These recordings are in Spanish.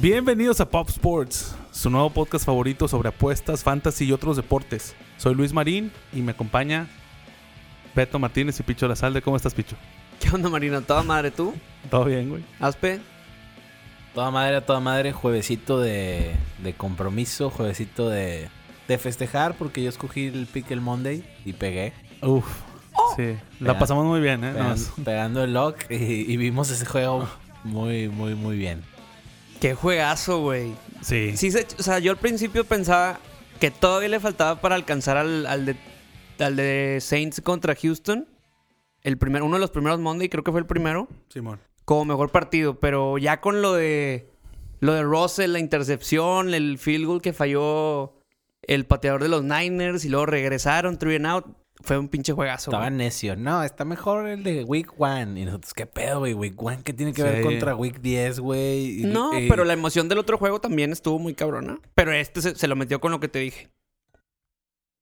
Bienvenidos a Pop Sports, su nuevo podcast favorito sobre apuestas, fantasy y otros deportes. Soy Luis Marín y me acompaña Beto Martínez y Picho Lazalde. ¿Cómo estás, Picho? ¿Qué onda, Marina? ¿Toda madre tú? ¿Todo bien, güey? ¿Aspe? Toda madre, a toda madre, juevesito de, de compromiso, juevesito de, de festejar, porque yo escogí el pick el Monday y pegué, Uf, sí. La Vean. pasamos muy bien, ¿eh? pegan- Nos- pegando el lock y, y vimos ese juego muy, muy, muy bien. Qué juegazo, güey. sí. Sí, se- o sea, yo al principio pensaba que todavía le faltaba para alcanzar al, al de, al de Saints contra Houston. El primer, uno de los primeros Monday, creo que fue el primero, Simón. como mejor partido. Pero ya con lo de lo de Russell, la intercepción, el field goal que falló el pateador de los Niners y luego regresaron, three and out, fue un pinche juegazo. Estaba güey. necio. No, está mejor el de Week One. Y nosotros, ¿qué pedo, güey? Week One, ¿qué tiene que Sí. ver contra Week 10, güey? Y- eh, No, y- pero la emoción del otro juego también estuvo muy cabrona. Pero este se, se lo metió con lo que te dije.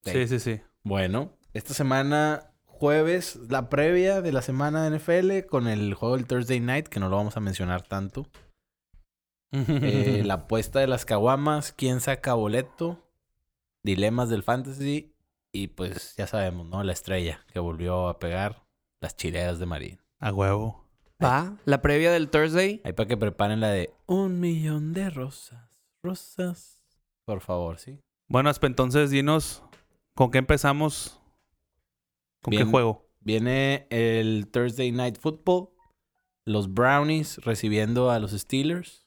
Sí, sí, sí. Bueno, esta semana, jueves, la previa de la semana de NFL con el juego del Thursday Night, que no lo vamos a mencionar tanto. Eh, la apuesta de las caguamas, quién saca boleto, dilemas del fantasy y pues ya sabemos, ¿no? La estrella que volvió a pegar las chileas de Marín. A huevo. Va, la previa del Thursday. Ahí para que preparen la de un millón de rosas, rosas. Por favor, ¿sí? Bueno, Aspe, entonces dinos con qué empezamos. ¿Con Bien. qué juego? Viene el Thursday Night Football, los Brownies recibiendo a los Steelers.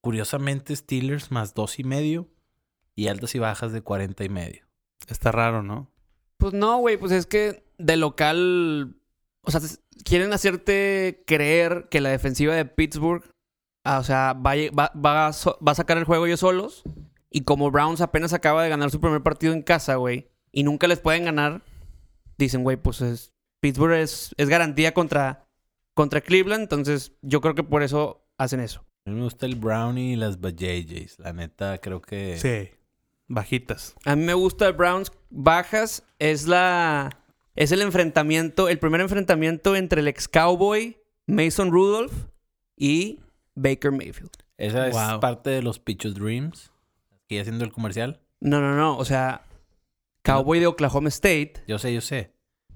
Curiosamente, Steelers más dos y medio y altas y bajas de 40 y medio. Está raro, ¿no? Pues no, güey, pues es que de local. O sea, s- quieren hacerte creer que la defensiva de Pittsburgh, ah, o sea, va, a lle- va- va a so- va a sacar el juego ellos solos. Y como Browns apenas acaba de ganar su primer partido en casa, güey, y nunca les pueden ganar, dicen, güey, pues es- Pittsburgh es, es garantía contra, contra Cleveland. Entonces, yo creo que por eso hacen eso. A mí me gusta el brownie y las bajejes. La neta, creo que... Sí. Bajitas. A mí me gusta el Browns bajas. Es la. Es el enfrentamiento, el primer enfrentamiento entre el ex cowboy Mason Rudolph y Baker Mayfield. Esa es Wow. parte de los Pichos Dreams. Aquí haciendo el comercial. No, no, no. O sea, cowboy de Oklahoma State Yo sé, yo sé.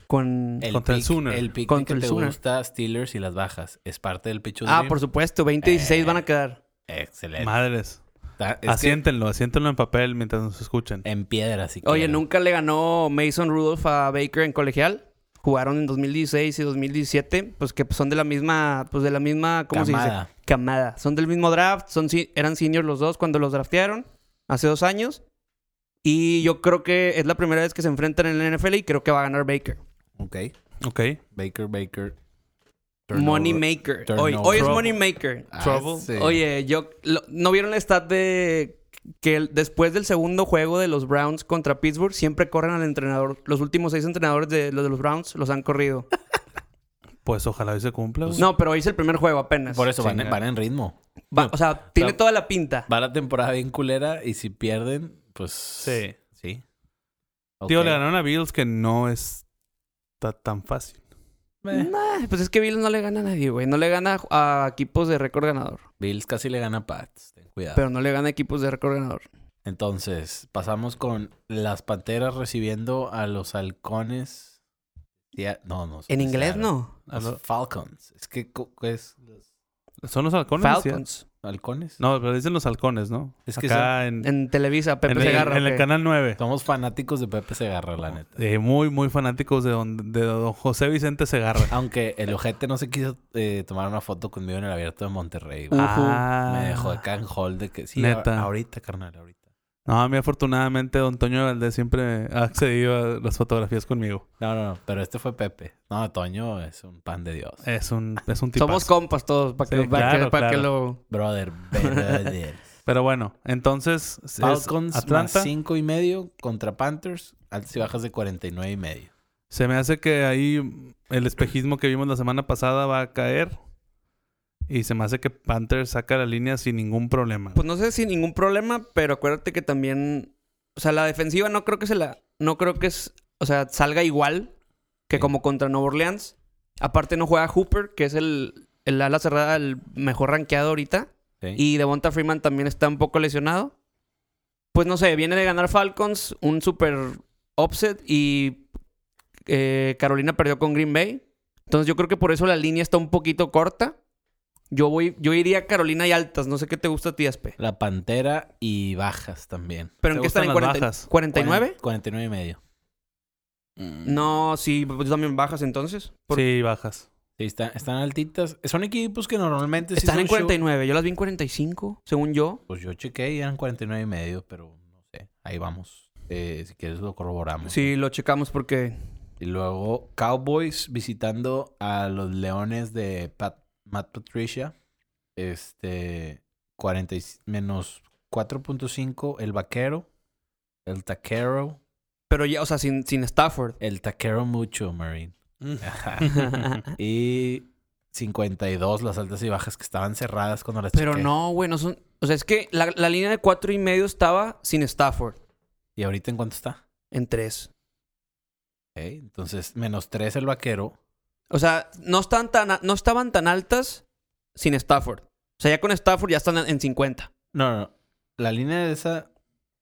con. Contra el pick- Sooner. El pick Contra que el te Sooner. gusta, Steelers y las bajas. Es parte del Pichos Ah, Dream. por supuesto, 20-16 van a quedar. Excelente. Madres. Está- Eh, es que Eh. asiéntenlo, asiéntenlo en papel mientras nos escuchan. en piedra, si Oye, quieren. nunca le ganó Mason Rudolph a Baker en colegial. Jugaron en 2016 y 2017, pues que son de la misma, pues de la misma, ¿cómo se dice? Camada. camada. Son del mismo draft, son, si- eran seniors los dos cuando los draftearon, hace dos años. Y yo creo que es la primera vez que se enfrentan en la NFL y creo que va a ganar Baker. Ok. Ok. Baker, Baker. money Turnover. Maker. turnover. Hoy, hoy es Trouble. Money Maker. Ah, Trouble. sí. Oye, yo lo- ¿no vieron la stat de que el- después del segundo juego de los Browns contra Pittsburgh siempre corren al entrenador? Los últimos seis entrenadores de los de los Browns los han corrido. Pues ojalá hoy se cumpla. güey. No, pero hoy es el primer juego apenas. Por eso van, Chinga. van en ritmo. Va- o sea, tiene La- toda la pinta. Va la temporada bien culera y si pierden, pues... Sí. Sí. Tío, Ok. le ganaron a Bills que no está tan fácil. Eh. Nah, pues es que Bills no le gana a nadie, güey. No le gana a equipos de récord ganador. Bills casi le gana a Pats. Ten cuidado. Pero no le gana a equipos de récord ganador. Entonces, pasamos con las panteras recibiendo a los halcones. Ya- No, no. En sí, inglés claro. no. A Los lo- Falcons. Es que co- co- es los ¿Son los halcones? sí? Falcons. halcones. No, pero dicen los halcones, ¿no? Es que Acá en, En Televisa, Pepe en el, Segarra. en el ok. canal 9. Somos fanáticos de Pepe Segarra, la neta. Eh, muy, muy fanáticos de don, de don José Vicente Segarra. Aunque el ojete no se quiso eh, tomar una foto conmigo en el abierto de Monterrey. güey. Ah. Me dejó acá en hall de que sí. Neta. a- ahorita, carnal, ahorita. No, a mí afortunadamente don Toño Valdés siempre ha accedido a las fotografías conmigo. No, no, no. Pero este fue Pepe. No, Toño es un pan de Dios. Es un, es un tipazo. Somos compas todos, para que, Sí, pa' que- claro, pa' que claro. lo... Brother, brother. Pero bueno, entonces es Falcons Atlanta. más 5 y medio contra Panthers, altas y bajas de 49 y medio. Se me hace que ahí el espejismo que vimos la semana pasada va a caer. Y se me hace que Panthers saca la línea sin ningún problema. Pues no sé sin ningún problema, pero acuérdate que también... O sea, la defensiva no creo que se la... No creo que es... O sea, salga igual que Sí. como contra Nueva Orleans. Aparte no juega Hooper, que es el, el ala cerrada, el mejor rankeado ahorita. Sí. Y Devonta Freeman también está un poco lesionado. Pues no sé, viene de ganar Falcons, un super offset y eh, Carolina perdió con Green Bay. Entonces yo creo que por eso la línea está un poquito corta. Yo voy, yo iría Carolina y altas. No sé qué te gusta a ti, Aspe. La Pantera y bajas también. ¿Pero ¿Te en qué están? ¿En gustan las 40 bajas? 49? 49 y medio. Mm. No, sí, pues, también bajas entonces. Por- Sí, bajas. Sí, está- están altitas. Son equipos que normalmente sí Están son en show- 49. Yo las vi en 45, según yo. Pues yo chequé y eran 49 y medio, pero no sé. Ahí vamos. Eh, si quieres lo corroboramos. Sí, lo checamos porque Y luego Cowboys visitando a los Leones de Pat- Matt Patricia. Este 40 y- menos 4.5 el vaquero, el taquero, Pero ya, o sea, sin, sin Stafford. el taquero mucho, Marine. Ajá. y 52 las altas y bajas que estaban cerradas cuando Pues, las Pero chequé. no, güey, no son. O sea, es que la, la línea de cuatro y medio estaba sin Stafford ¿Y ahorita en cuánto está? en tres. Ok, Entonces, menos 3 el vaquero. O sea, no, están tan, a- no estaban tan altas sin Stafford. O sea, ya con Stafford ya están en 50. No, no, no. La línea de esa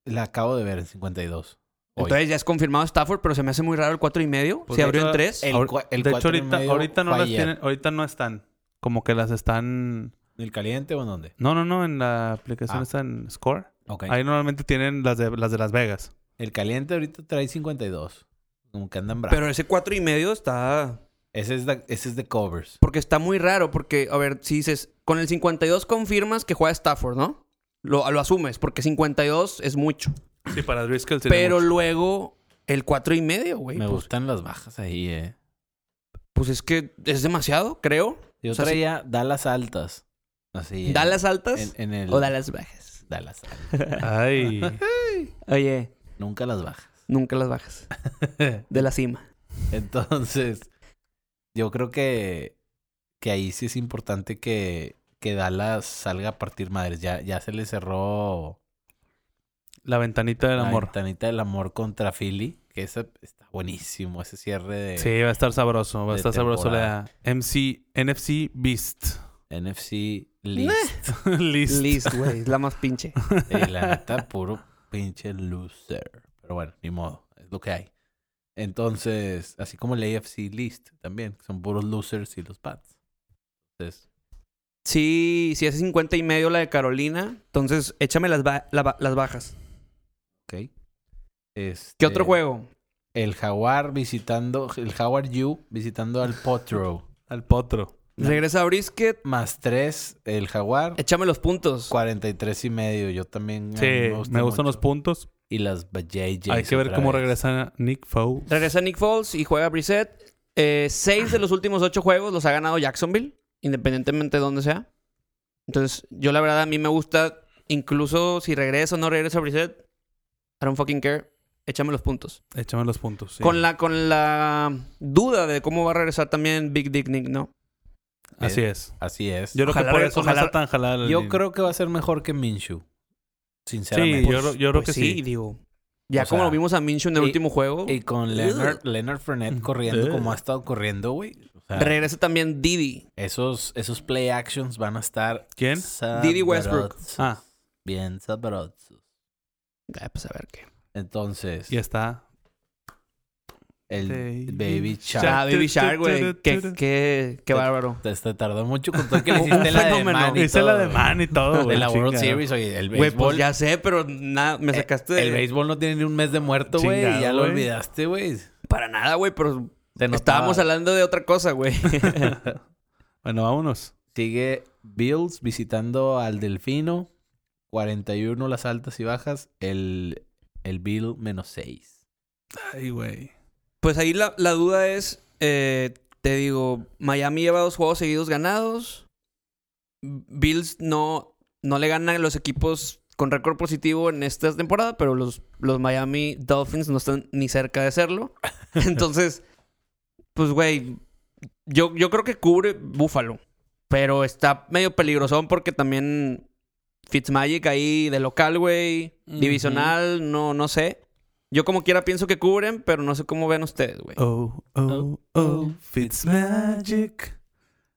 la acabo de ver en 52. Hoy. Entonces ya es confirmado Stafford, pero se me hace muy raro el cuatro y medio. Pues se de abrió en hecho, tres. el Ahor- cua- el de hecho, cuatro y ahorita, medio ahorita no fue las ayer. tienen, ahorita no están. Como que las están. ¿En el caliente o en dónde? No, no, no, en la aplicación Ah. está en Score. Ok. Ahí normalmente tienen las de las de Las Vegas. El caliente ahorita trae 52. Como que andan bravos. pero ese cuatro y medio está. Ese es, de, ese es de covers. Porque está muy raro, porque, a ver, si dices, con el 52 confirmas que juega Stafford, ¿no? Lo, lo asumes, porque 52 es mucho. Sí, para Driscoll sería pero mucho. luego el cuatro y medio, güey. Me pues- gustan las bajas ahí, eh. Pues es que es demasiado, creo. Yo O sea, traía Dallas altas. Así. en- ¿Dallas altas En, en el... o Dallas bajas? Dallas altas. Ay. Oye, Nunca las bajas. nunca las bajas. De la cima. Entonces, yo creo que, que ahí sí es importante que, que Dallas salga a partir madres. Ya, ya se le cerró la ventanita del la amor. ventanita del amor contra Philly, que ese está buenísimo, ese cierre de Sí, va a estar sabroso. Va a eh, de estar sabroso la MC, NFC Beast. NFC List. List. Liz, güey. Es la más pinche. y la neta, puro pinche loser. Pero bueno, ni modo, es lo que hay. Entonces, así como el AFC List también, que son puros losers y los Pats. Entonces, Sí, si hace 50 y medio la de Carolina, entonces échame las, ba- la ba- las bajas. ok. ¿Qué otro Este, juego? El jaguar visitando, el jaguar U visitando al Potro. Al potro. Regresa a Brisket, Más tres, el jaguar, échame los puntos. 43 y medio. Yo también. Eh. a Sí, mí me, gustan mucho. los puntos. Y las JJs. Hay que ver otra cómo vez. regresa Nick Foles. Regresa Nick Foles y juega Brissett. Eh, seis de los últimos ocho juegos los ha ganado Jacksonville, independientemente de dónde sea. Entonces, yo la verdad a mí me gusta, incluso si regresa o no regresa Brissett, I don't fucking care. Échame los puntos. Échame los puntos. sí. Con, la, con la duda de cómo va a regresar también Big Dick Nick, ¿no? Así es. Así es. Yo creo Yo, Ojalá que por re- eso ojalá- no está tan jalada la línea. creo que va a ser mejor que Minshu. Sinceramente. Sí, yo, creo- yo creo Pues que sí. digo. Ya O como sea, lo vimos a Minshew en el y- último juego, Y con Leonard, Leonard Fournette corriendo Ugh. como ha estado corriendo, güey. O sea, regresa también Didi. esos, esos play actions van a estar. ¿Quién? Didi Westbrook. sabrosos. Ah, Bien sabrosos. Ah, pues a ver qué. Entonces, ya está. el Baby Baby Shark. Shark. Ah, Baby Shark, güey. Qué, qué, qué Pues bárbaro. Te, te tardó mucho con todo que le Un hiciste la de fenómeno. Man y Hice la todo, de güey. man y todo. De güey, la World chingado. Series, oye, el Güey, pues béisbol. ya sé, pero nada, me sacaste eh, de... El béisbol no tiene ni un mes de muerto, güey. Chingado, y Ya lo güey. olvidaste, güey. Se Para nada, güey, pero notaba. estábamos hablando de otra cosa, güey. Bueno, vámonos. Sigue Bills visitando al Delfino. 41 las altas y bajas. El, el Bill menos 6. Ay, güey. pues ahí la, la duda es, eh, te digo, Miami lleva dos juegos seguidos ganados. Bills no, no le ganan a los equipos con récord positivo en esta temporada, pero los, los Miami Dolphins no están ni cerca de serlo. Entonces, pues, güey, yo, yo creo que cubre Buffalo. Pero está medio peligrosón porque también Fitzmagic ahí de local, güey. Ujú. Divisional, no, no sé. Yo como quiera pienso que cubren, Oh, pero no sé cómo ven ustedes, güey. Oh, oh, oh, Fitzmagic.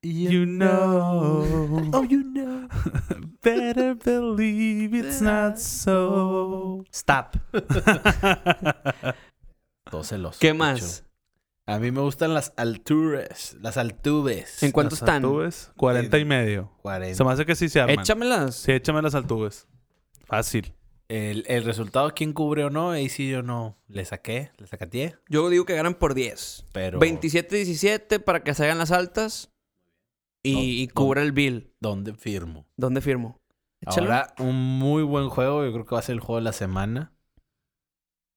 You know. Oh, you know. Better believe it's not so. Stop. Todos celosos. ¿Qué de más? hecho. A mí me gustan las alturas. Las altubes. ¿En cuánto Las están? altubes, 40 y medio. 40. Se me hace que sí se arman. Échamelas. Sí, échame las altubes. Fácil. El, el resultado, quién cubre o no, ahí sí yo no le saqué, le sacateé, Yo digo que ganan por 10. pero... 27-17 para que salgan las altas y, No, y no. cubra el bill. ¿Dónde firmo? ¿Dónde firmo? Échalo. Ahora, un muy buen juego, yo creo que va a ser el juego de la semana.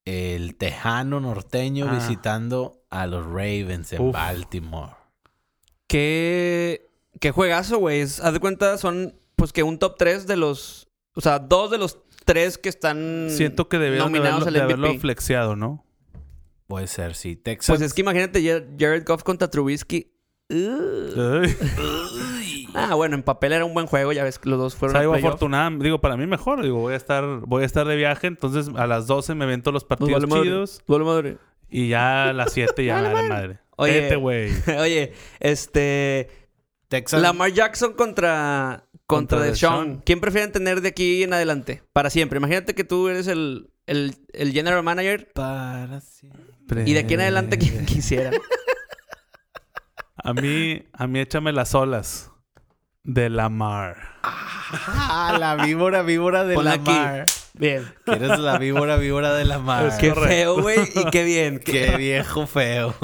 El Tejano norteño Ah. visitando a los Ravens en Uf. Baltimore. ¿Qué, qué juegazo, güey. Es- Haz de cuenta, son pues que un top 3 de los. O sea, dos de los tres que están Siento que debieron de Mm. nominados haberlo, de al MVP. haberlo flexeado, ¿no? Puede ser, sí. Texas. Pues es que imagínate Jer- Jared Goff contra Trubisky. Uh. Ay. Ah, bueno, en papel era un buen juego, ya ves que los dos O fueron sea, a digo, playoff. afortunada, digo, para mí mejor, digo, voy a estar, voy a estar de viaje, entonces a las 12 me vento los Nos partidos Pues vale madre, chidos nos vale madre. y ya a las 7 ya vale madre. Oye. Vete, güey. Oye, este. Texas. Lamar Jackson contra, contra, Contra Deshaun. Deshaun. ¿Quién prefieren tener de aquí en adelante? Para siempre. Imagínate que tú eres el, el, el general manager Para sí. y de aquí en adelante quien quisiera. A mí, a mí échame las olas de la mar. Ah, la víbora, víbora de Ponla la aquí. mar. Bien. Eres la víbora, víbora de la mar. Qué Ah, correcto. feo, güey, y qué bien. Qué viejo feo.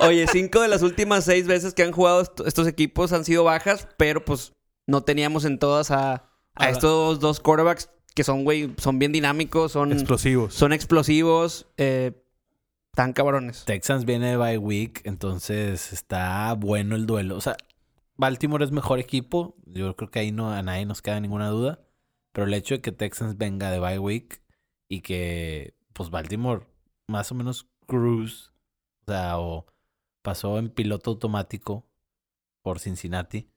Oye, cinco de las últimas seis veces que han jugado est- estos equipos han sido bajas, pero pues no teníamos en todas a, a Ahora- estos dos quarterbacks que son, güey, son bien dinámicos, son, Explosivos. son explosivos, eh, tan cabrones. Texans viene de bye week, entonces está bueno el duelo. O sea, Baltimore es mejor equipo. Yo creo que ahí no a nadie nos queda ninguna duda. Pero el hecho de que Texans venga de bye week y que, pues, Baltimore más o menos cruise, o sea, o pasó en piloto automático por Cincinnati,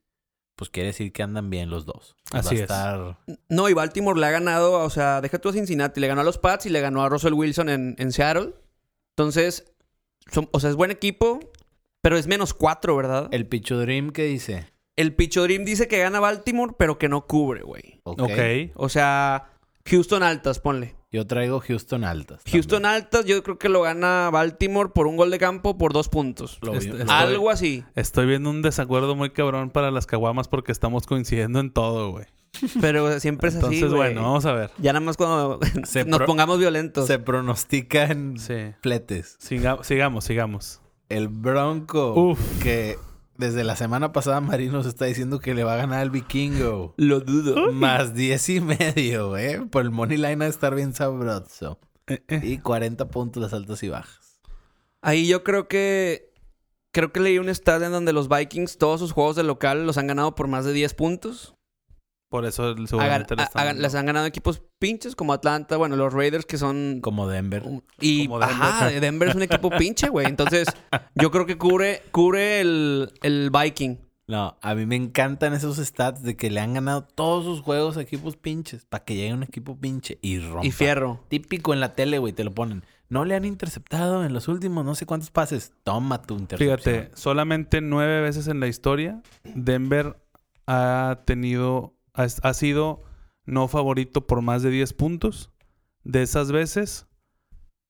pues quiere decir que andan bien los dos. Así es. Va a estar No, y Baltimore le ha ganado, o sea, deja tú a Cincinnati, le ganó a los Pats y le ganó a Russell Wilson en, en Seattle. Entonces, son- o sea, es buen equipo, pero es menos cuatro, ¿verdad? El, el Pichu Dream que dice. Picho Dream dice que gana Baltimore, pero que no cubre, güey. Ok. Ok. O sea, Houston altas, ponle. Yo traigo Houston altas. Houston altas, yo creo que lo gana Baltimore por un gol de campo por dos puntos. Lo Este- vi- este- Ah, Algo así. Estoy viendo un desacuerdo muy cabrón para las caguamas porque estamos coincidiendo en todo, güey. Pero siempre es así. Entonces, güey. bueno, vamos a ver. Ya nada más cuando Se nos pro- pongamos violentos. Se pronostican Sí. fletes. Siga- sigamos, sigamos. El Bronco, Uf. que desde la semana pasada Marín nos está diciendo que le va a ganar al Vikingo. Lo dudo. Más 10 y medio, ¿eh? Por el money line a estar bien sabroso. Eh, eh. Y 40 puntos las altas y bajas. Ahí yo creo que. Creo que leí un stat en donde los Vikings, todos sus juegos de local, los han ganado por más de 10 puntos. Por eso Hagan- seguramente le a- están hagan- dando- Las han ganado equipos pinches como Atlanta, bueno, los Raiders que son. Como Denver. Y como Denver. ajá, Denver es un equipo pinche, güey. Entonces, yo creo que cubre, cubre el, el Viking. No, a mí me encantan esos stats de que le han ganado todos sus juegos a equipos pinches. Para que llegue un equipo pinche y rompa. Y Fierro. Típico en la tele, güey, te lo ponen. No le han interceptado en los últimos no sé cuántos pases. Toma tu intercepción. Fíjate, solamente nueve veces en la historia Denver ha tenido, ha, ha sido no favorito por más de 10 puntos. De esas veces,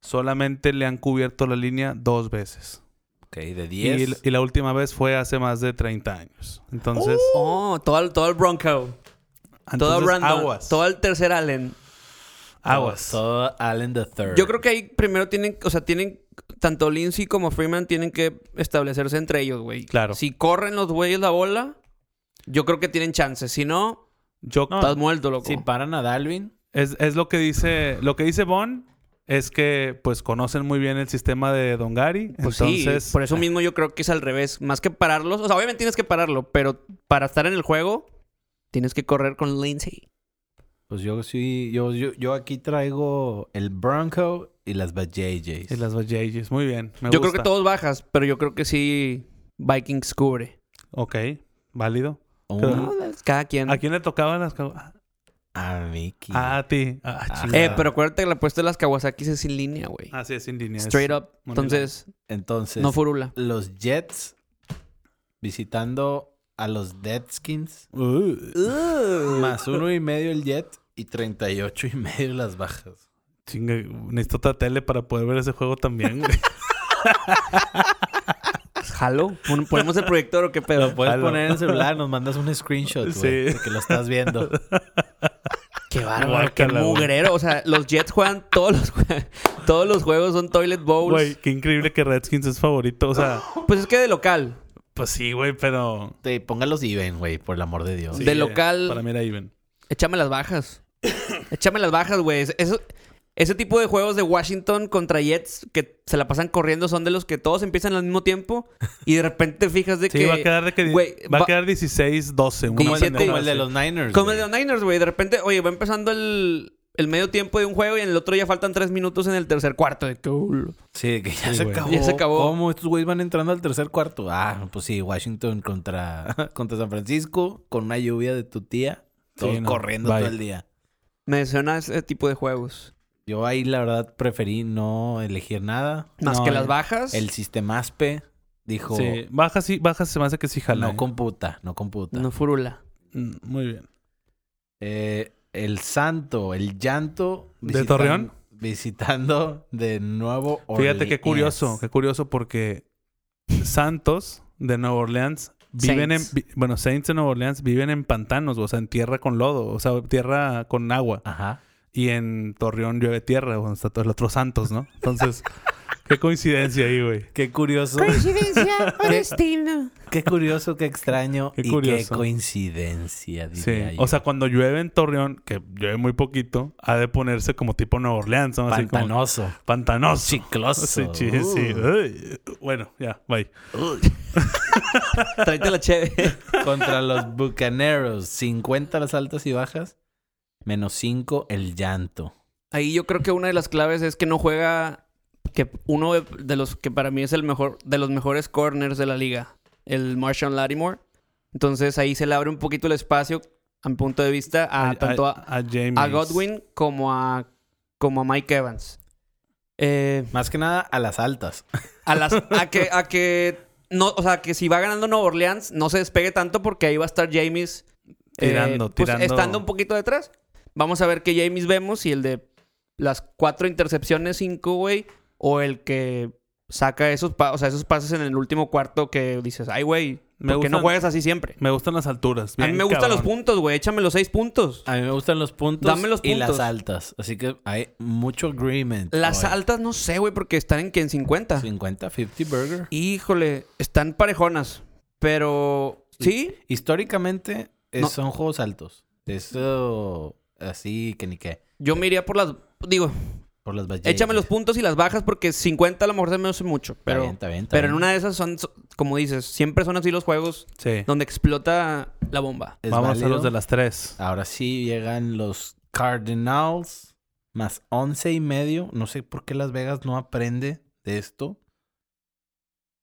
solamente le han cubierto la línea dos veces. Ok, de Y, 10. y la última vez fue hace más de 30 años. Entonces, Oh, todo el, todo el Bronco. Todo entonces, Brandon. aguas. Todo el tercer Allen. aguas. Todo, todo Allen the Third. Yo creo que ahí primero tienen, o sea, tienen, tanto Lindsay como Freeman tienen que establecerse entre ellos, güey. Claro. Si corren los güeyes la bola, yo creo que tienen chances. Si no, Yo- estás muerto, loco. Si paran a Dalvin, es, es lo que dice, lo que dice Bon es que pues conocen muy bien el sistema de Dongari. Pues entonces, sí, por eso mismo yo creo que es al revés. Más que pararlos, o sea, obviamente tienes que pararlo, pero para estar en el juego, tienes que correr con Lindsay. pues yo sí, yo, yo, yo aquí traigo el Bronco y las Bad JJs. y las Valle muy bien. me yo creo que gusta. todos bajas, pero yo creo que sí Vikings cubre. Ok, válido. Un- Claro. Cada quien. ¿A quién le tocaban las caguamas? a Mickey. Ah, a ti. Ah, Ah. chingada. Eh, pero acuérdate que la apuesta de las Kawasaki es sin línea, güey. Así es, sin línea. Ah, es- Straight up. Money line. Entonces, Entonces, no furula. los Jets visitando a los Deadskins. Uh. Más uno y medio el Jet y 38 y medio las bajas. Chinga, necesito otra tele para poder ver ese juego también, güey. Jalo. Pon- Ponemos el proyector o qué pedo. Lo puedes Jalo. poner en el celular, nos mandas un screenshot, güey, Sí. de que lo estás viendo. Qué bárbaro, qué Guácala, güey. mugrero. O sea, los Jets juegan todos los, jue- todos los juegos, son toilet bowls. Güey, qué increíble que Redskins es favorito. O sea, Pues es que de local. pues sí, güey, pero. Te póngalos even, güey, por el amor de Dios. sí, De eh, local- Para mí era even. Échame las bajas. Échame las bajas, güey. Es- eso- ese tipo de juegos de Washington contra Jets que se la pasan corriendo son de los que todos empiezan al mismo tiempo y de repente te fijas de Sí, que... va a quedar de que. güey, va, va- a quedar 16-12. una Como el de- pendejada como el de así. los Niners. Como el güey. de los Niners, güey. De repente, oye, va empezando el, el medio tiempo de un juego y en el otro ya faltan tres minutos en el tercer cuarto. De que, uh, Sí, que ya Sí, se güey. acabó. Ya se acabó. ¿Cómo estos güeyes van entrando al tercer cuarto? Ah, pues sí, Washington contra, contra San Francisco, con una lluvia de tu tía, Sí, todos no, corriendo bye. todo el día. me suena ese tipo de juegos. Yo ahí, la verdad, preferí no elegir nada. Más No, que el- las bajas. El sistema ASPE dijo, Sí, baja sí, baja se me hace que sí jala. no eh. computa, no computa. No furula. Mm, Muy bien. Eh, el santo, el llanto. ¿De visitan- Torreón? Visitando de nuevo Fíjate qué curioso, qué curioso porque Santos de Nueva Orleans viven Saints. en vi- bueno, Saints de Nueva Orleans viven en pantanos, o sea, en tierra con lodo, o sea, tierra con agua Ajá. y en Torreón llueve tierra, donde está todo el otro Santos, ¿no? Entonces, qué coincidencia ahí, güey. Qué curioso. Coincidencia o destino. Qué curioso, qué extraño Qué y curioso. qué coincidencia, Sí, diría yo. o sea, cuando llueve en Torreón, que llueve muy poquito, ha de ponerse como tipo Nueva Orleans, ¿no? Así como pantanoso, pantanoso. chicloso. Sí, sí, sí. Uh, Ay, Bueno, ya, bye. Tráete la cheve. Uh. Contra los bucaneros, 50 las altas y bajas, menos 5 el llanto. Ahí yo creo que una de las claves es que no juega que uno de, de los que para mí es el mejor de los mejores corners de la liga, el Marshall Lattimore. Entonces ahí se le abre un poquito el espacio a mi punto de vista a Ah, tanto a, James. a Godwin como a como a Mike Evans. Eh, Más que nada a las altas. a las a que a que no, o sea, que si va ganando Nueva Orleans no se despegue tanto porque ahí va a estar James eh, Tirando, pues, tirando. estando un poquito detrás. Vamos a ver qué James vemos y el de las cuatro intercepciones, cinco, güey, o el que saca esos, pa- o sea, esos pases en el último cuarto que dices, ay, güey, Me ¿por qué no gustan- juegas así siempre? Me gustan las alturas. a mí bien me gustan los cabrón. Ah, puntos, güey, échame los seis puntos. A mí me gustan los puntos, Dame los y puntos. las altas. Así que hay mucho agreement. Las hoy. altas no sé, güey, porque están en que en 50. 50, 50 burger. Híjole, están parejonas, pero sí, Históricamente es- No. son juegos altos. Eso así que ni qué. yo me iría por las digo, Por las vallas. échame los puntos y las bajas porque 50 a lo mejor se me hace mucho, pero Está bien, está bien, está pero en bien. una de esas son so- como dices, siempre son así los juegos Sí. donde explota la bomba. Es Vamos válido. a los de las tres. Ah, Ahora sí llegan los Cardinals más 11 y medio. No sé por qué Las Vegas no aprende de esto.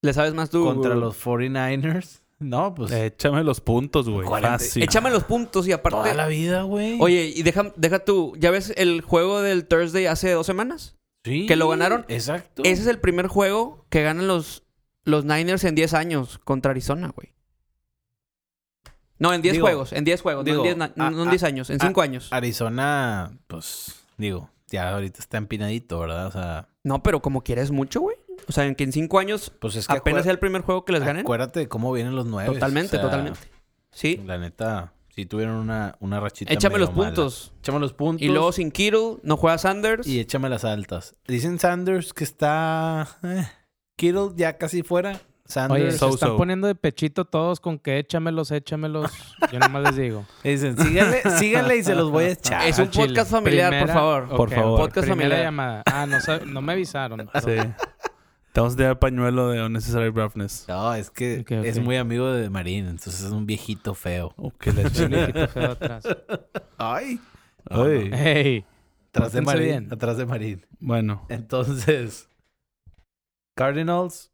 ¿Le sabes más tú? Contra güey? los 49ers. No, pues Eh, Échame los puntos, güey. Cuarenta- Fácil. Échame los puntos y aparte... toda la vida, güey. Oye, y deja, deja tú... ¿Ya ves el juego del Thursday hace dos semanas? Sí, que lo ganaron. Exacto. Ese es el primer juego que ganan los, los Niners en 10 años contra Arizona, güey. No, en 10 Digo, juegos. En 10 juegos. digo, no ah, en 10 na- a- no en a- 10 años. En a- 5 años. Arizona, pues digo, ya ahorita está empinadito, ¿verdad? O sea, no, pero como quieres mucho, güey. O sea, en que en 5 años pues es que apenas acuer- sea el primer juego que les ganen. Acuérdate de cómo vienen los nueve. Totalmente, totalmente. Sí. La neta, si tuvieron una, una rachita. Échame medio los mala. puntos. Échame los puntos. Y luego sin Kittle, no juega Sanders. y échame las altas. Dicen Sanders que está. eh, Kittle ya casi fuera. Sanders. Oye, So, se están so. poniendo de pechito todos con que échamelos, échamelos. Yo nomás les digo. Dicen, síganle, síganle y se los voy a echar. Es un Al chile. podcast familiar, por favor. ok, Por favor. Podcast primera familiar. llamada. Ah, no, sab- no me avisaron. Sí. Te vamos a tirar pañuelo de Unnecessary Roughness. No, es que Ok, ok. es muy amigo de Marín, entonces es un viejito feo. Oh, qué la Soy un chingada. viejito feo atrás. Ay. Ay. Ah, Ey, Atrás de Pórtense Marín. bien. Atrás de Marín. Bueno. Entonces, Cardinals.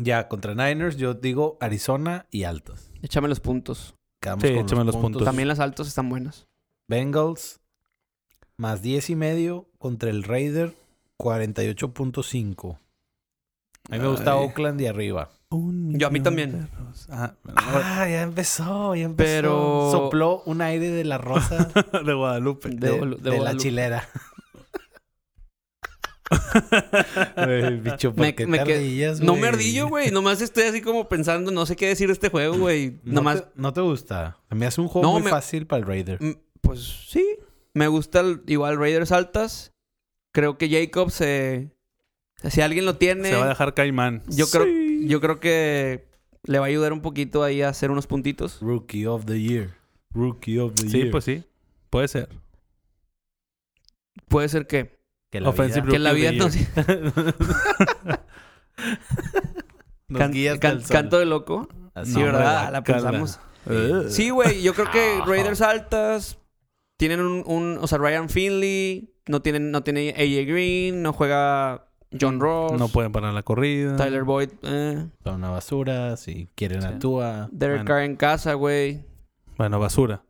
Ya, contra Niners, yo digo Arizona y altas. Échame los puntos. Pues Quedamos Sí, échame los Pues- puntos. También las altas están buenas. Bengals más 10 y medio contra el Raider 48.5. A mí me gusta Ay. Oakland y arriba. Yo a mí también. Dios. Ah, Ah, ya empezó, ya empezó. Pero- Sopló un aire de la rosa de- Ah. de Guadalupe. De Guadalu- de de la Guadalupe. chilera. Güey, Bicho, ¿por Me- qué me te qued- ardillas, No me ardillo, güey. Nomás estoy así como pensando, no sé qué decir de este juego, güey. No, Nomás, te, no te gusta. Se me hace un juego No, muy me- fácil para el Raider. mm, pues sí. Me gusta el- igual Raiders Altas. Creo que Jacob se... Si alguien lo tiene, Se va a dejar Caimán. yo, creo, yo creo que le va a ayudar un poquito ahí a hacer unos puntitos. Rookie of the Year. Rookie of the Sí, pues sí. Puede ser. Puede ser que... Que la Offensive vida que la Rookie vida of the nos... nos can- guía hasta can- el sol. canto de loco. Así, sí, No, ¿verdad? Ah, hombre, La guácala. pensamos. Eh. Sí, güey. Yo creo que Raiders altas tienen un, un- o sea, Ryan Finley no tienen, no tiene AJ Green, no juega John Ross, No pueden parar la corrida. Tyler Boyd, eh, Son una basura. Si quieren Sí. actúa. Derek Bueno. Carr en casa, güey. Bueno, basura.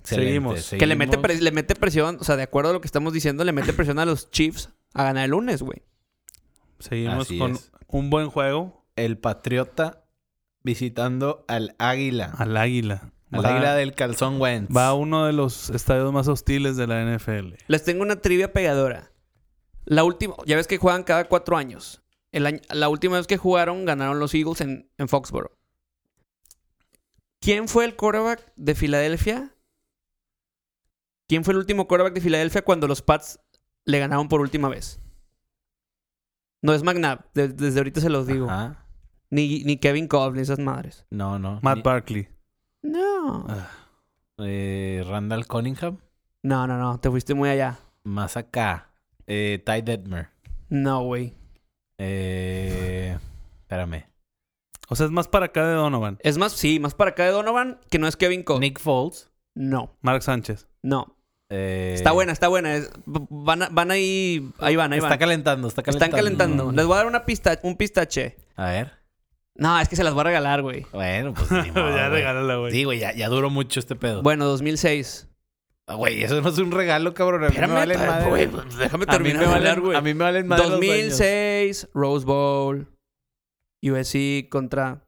Excelente, Seguimos. Que le mete, seguimos. pres- le mete presión, o sea, de acuerdo a lo que estamos diciendo, le mete presión a los Chiefs a ganar el lunes, güey. Seguimos Así con es. un buen juego El Patriota visitando al Águila. al Águila. al Va- Águila del Calzón Wentz. Va a uno de los estadios más hostiles de la NFL. Les tengo una trivia pegadora. La última, ya ves que juegan cada cuatro años. El año- la última vez que jugaron ganaron los Eagles en, en Foxborough. ¿Quién fue el quarterback de Filadelfia? ¿Quién fue el último quarterback de Filadelfia cuando los Pats le ganaron por última vez? No es McNabb, de- desde ahorita se los digo. Ajá. Ni, ni Kevin Cobb, ni esas madres. No, no. Matt Ni- Barkley. No. eh, Randall Cunningham. No, no, no, te fuiste muy allá. Más acá. Eh, Ty Detmer. No, güey. Eh, espérame. O sea, es más para acá de Donovan. Es más, sí, más para acá de Donovan que no es Kevin Cobb. Nick Foles. No. Mark Sánchez. No. Eh, Está buena, está buena. Es- van, a- van ahí. Ahí van, ahí Está van. calentando, está calentando. Están calentando. Les voy a dar una pista, un pistache. A ver. No, es que se las voy a regalar, güey. Bueno, pues ni modo, ya güey. regálala, güey. Sí, güey, ya, ya duró mucho este pedo. Bueno, 2006. Ah, Güey, eso no es un regalo, cabrón. A mí me Espérame, valen pa- madre. güey, pues, déjame a, mí terminar me de valen, hablar, güey. a mí me valen madre los dueños. 2006, Rose Bowl, USC contra,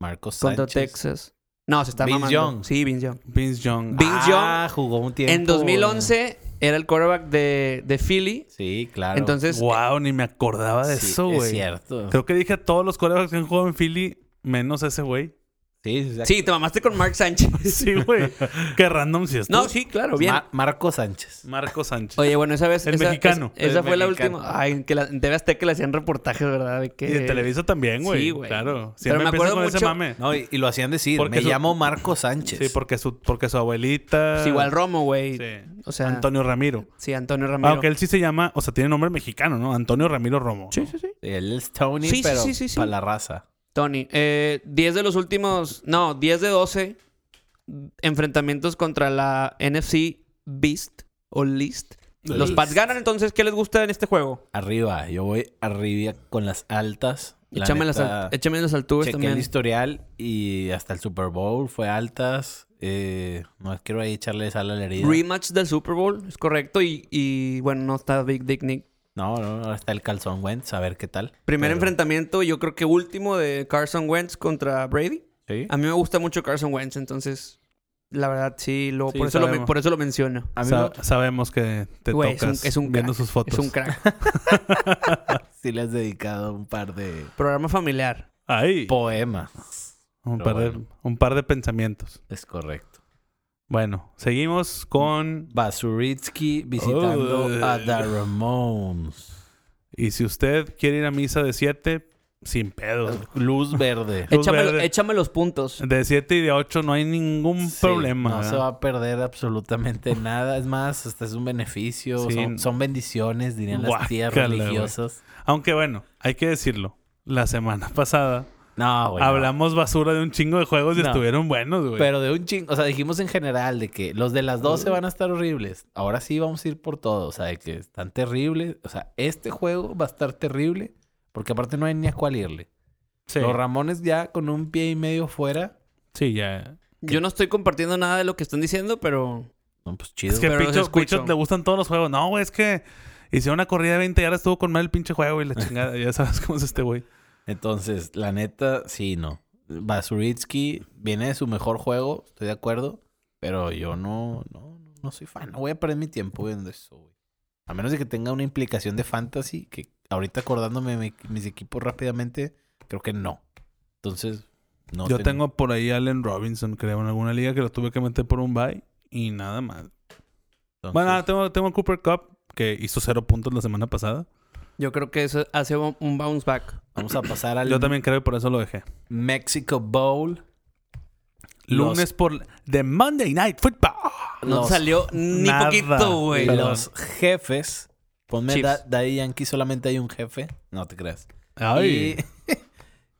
Marcos Sánchez. contra Texas. No, se está Vince mamando. Young. Sí, Vince Young. Vince Young. Vince Ah, jugó un tiempo. en 2011 era el quarterback de, de Philly. Sí, claro. Entonces, wow, Ah, ni me acordaba de Sí, eso, Es güey. cierto. Creo que dije a todos los colegas que han jugado en Philly, menos ese güey. Sí, sí, sí. sí, te mamaste con Mark Sánchez. Sí, güey. Qué random si es. No, sí, claro, bien. Ma- Marco Sánchez. Marco Sánchez. Oye, bueno, esa vez. El esa, mexicano. es- esa El fue la mexicano. última. Ay, en que la, en TV Azteca le hacían reportajes, ¿verdad? De que, y de Televisa también, güey. Sí, güey. Claro. Pero Siempre me empiezan acuerdo con ese mucho- mame. No, y, y lo hacían decir. Porque me su- llamo Marco Sánchez. Sí, porque su, porque su abuelita. Pues igual Romo, güey. Sí. Ah, O sea, Antonio Ramiro. sí, Antonio Ramiro. Aunque él sí se llama, o sea, tiene nombre mexicano, ¿no? Antonio Ramiro Romo. Sí, sí, sí. Él es Tony, Sí, sí, pero sí, sí, sí. para la raza. Tony, eh, 10 de los últimos. No, 10 de 12 enfrentamientos contra la NFC Beast o List. Los List. Pats ganan, entonces, ¿qué les gusta en este juego? Arriba. Yo voy arriba con las altas. La Échame las, neta, al- échame las alturas chequé el también. historial y hasta el Super Bowl fue altas. Eh, no quiero ahí echarle sal a la herida. Rematch del Super Bowl, es correcto. Y, y, bueno, no está Big Dick Nick. No, no, ahora está el calzón Wentz, a ver qué tal. Primer Pero- enfrentamiento, yo creo que último, de Carson Wentz contra Brady. Sí. A mí me gusta mucho Carson Wentz, entonces la verdad sí, lo, Sí, por, eso lo, sabemos. por eso lo menciono. A mí Sa- lo- sabemos que te Güey, es un- tocas es un viendo crack. sus fotos. Es un crack. sí le has dedicado un par de Programa familiar. Ay, poemas. un, pero par de, bueno. un par de pensamientos. Es correcto. Bueno, seguimos con... Basuritsky visitando Oh. a The Ramones. Y si usted quiere ir a misa de 7, sin pedo. Luz verde. Luz Échame, verde. échame los puntos. De 7 y de 8 no hay ningún Sí, problema. No ¿verdad? se va a perder absolutamente nada. Es más, hasta es un beneficio. Sí. Son, son bendiciones, dirían las tías Guácala, güey. religiosas. Aunque bueno, hay que decirlo. La semana pasada No, güey. no. hablamos basura de un chingo de juegos y Ah, No. estuvieron buenos, güey. Oh. Pero de un chingo, o sea, dijimos en general de que los de las 12 van a estar horribles. Ahora sí vamos a ir por todo, o sea, de que están terribles. O sea, este juego va a estar terrible porque aparte no hay ni a cuál irle. sí. Los Ramones ya con un pie y medio fuera. Sí, ya. Yo no estoy compartiendo nada de lo que están diciendo, pero No, pues chido. Es que Pero los Pichot, escucho. Pichot le gustan todos los juegos. No, güey, es que hicieron una corrida de 20 y ahora estuvo con mal el pinche juego y la chingada. ya sabes cómo es este güey. Entonces, la neta, sí, no. Basuritsky viene de su mejor juego, estoy de acuerdo. Pero yo no, no, no soy fan. No voy a perder mi tiempo viendo eso, güey. A menos de que tenga una implicación de fantasy, que ahorita acordándome mi- mis equipos rápidamente, creo que no. Entonces, no. Yo ten- tengo por ahí a Allen Robinson, creo, en alguna liga que lo tuve que meter por un bye y nada más. entonces- Bueno, ah, tengo, tengo a Cooper Cup, que hizo cero puntos la semana pasada. Yo creo que eso hace un un bounce back. vamos a pasar al Yo también creo y por eso lo dejé. Mexico Bowl. Lunes Los- por... The Monday Night Football. No Los- salió ni nada. poquito, güey. Perdón. Los jefes. Ponme Chiefs. Da- Daddy Yankee, solamente hay un jefe. No te creas. Ay,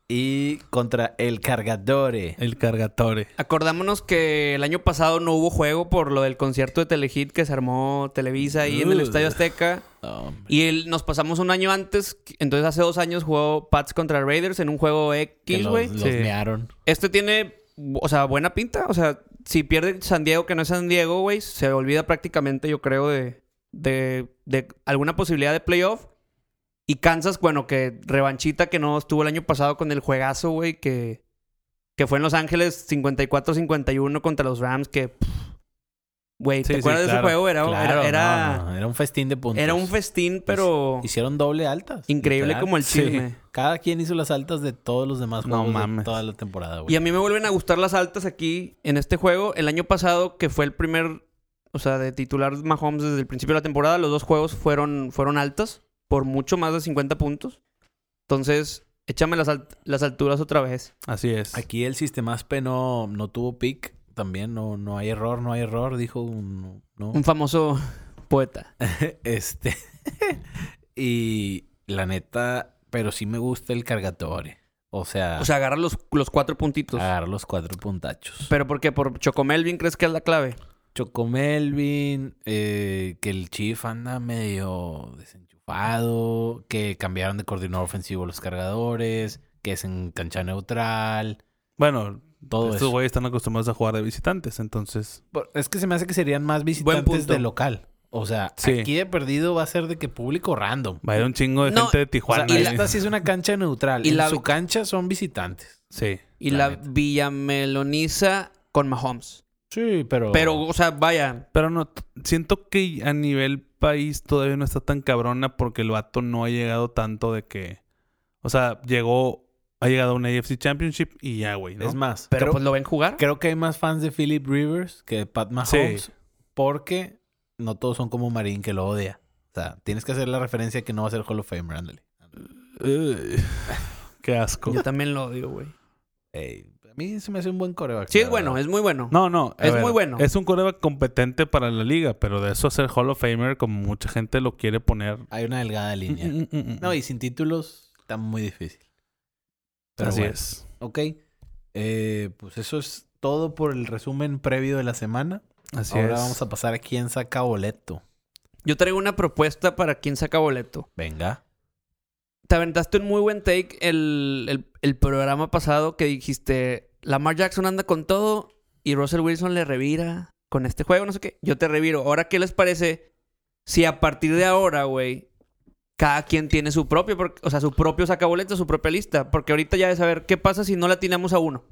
Y, y contra el Eh, Cargadore. el cargatore. Acordámonos que el año pasado no hubo juego por lo del concierto de Telehit que se armó Televisa ahí en el Ugh. Estadio Azteca. Hombre. Y él, nos pasamos un año antes, entonces hace dos años jugó Pats contra Raiders en un juego Que X, los, güey. los Sí. mearon. Este tiene, o sea, buena pinta. O sea, si pierde San Diego, que no es San Diego, güey, se olvida prácticamente, yo creo, de, de, de alguna posibilidad de playoff. Y Kansas, bueno, que revanchita que no estuvo el año pasado con el juegazo, güey, que, que fue en Los Ángeles 54-51 contra los Rams, que... pff, Güey, Sí, ¿te sí, acuerdas de claro. ese juego? Era, Claro, era, era, no, no, pues, era un festín de puntos. era un festín, pero Hicieron doble altas. increíble literal. como el Sí. chisme. Cada quien hizo las altas de todos los demás No juegos de mames. toda la temporada, güey. Y a mí me vuelven a gustar las altas aquí en este juego. El año pasado, que fue el primer, o sea, de titular Mahomes desde el principio de la temporada, los dos juegos fueron, fueron altas por mucho más de 50 puntos. Entonces, échame las, alt- las alturas otra vez. Así es. Aquí el sistema ASPE no, no tuvo pick. También no, no hay error, no hay error, dijo un... No. Un famoso poeta. Este. y la neta, pero sí me gusta el cargatore. O sea, O sea, agarra los, los cuatro puntitos. agarrar los cuatro puntachos. ¿Pero por qué? ¿Por Chocomelvin crees que es la clave? Chocomelvin, eh, que el Chief anda medio desenchufado, que cambiaron de coordinador ofensivo los cargadores, que es en cancha neutral, Bueno, todo estos eso. güeyes están acostumbrados a jugar de visitantes, entonces... Por- Es que se me hace que serían más visitantes punto. de local. O sea, Sí. aquí de perdido va a ser de que público random. Va a ir un chingo de No, gente de O sea, Tijuana. y ahí. la- esta sí es una cancha neutral. Y Y la- su cancha son visitantes. Sí. Y La la, neta. villameloniza con Mahomes. Sí, pero... Pero, o sea, vaya. Pero no, t- siento que a nivel país todavía no está tan cabrona porque el vato no ha llegado tanto de que. O sea, llegó, ha llegado a una AFC Championship y ya, güey. ¿no? Es más, Pero creo, pues lo ven jugar. creo que hay más fans de Philip Rivers que de Pat Mahomes. Sí. Porque no todos son como Marín que lo odia. O sea, tienes que hacer la referencia que no va a ser Hall of Famer, ándale. Ugh, qué asco. Yo también lo odio, güey. Ey, a mí se me hace un buen coreback. Sí, la es bueno, verdad. es muy bueno. No, no. a Es muy bueno. Es un coreback competente para la liga, pero de eso hacer Hall of Famer, como mucha gente lo quiere poner. Hay una delgada línea. Mm, mm, mm, mm. No, y sin títulos está muy difícil. Pero Así bueno, es. Ok. Eh, pues eso es todo por el resumen previo de la semana. Así Ahora es. vamos a pasar a quién saca boleto. Yo traigo una propuesta para quien saca boleto. Venga. Te aventaste un muy buen take el, el- el programa pasado que dijiste, Lamar Jackson anda con todo y Russell Wilson le revira con este juego, no sé qué. Yo te reviro. Ahora, ¿qué les parece si a partir de ahora, güey, cada quien tiene su propio, por- o sea, su propio sacaboleto, su propia lista? Porque ahorita ya de saber qué pasa si no la atinamos a uno.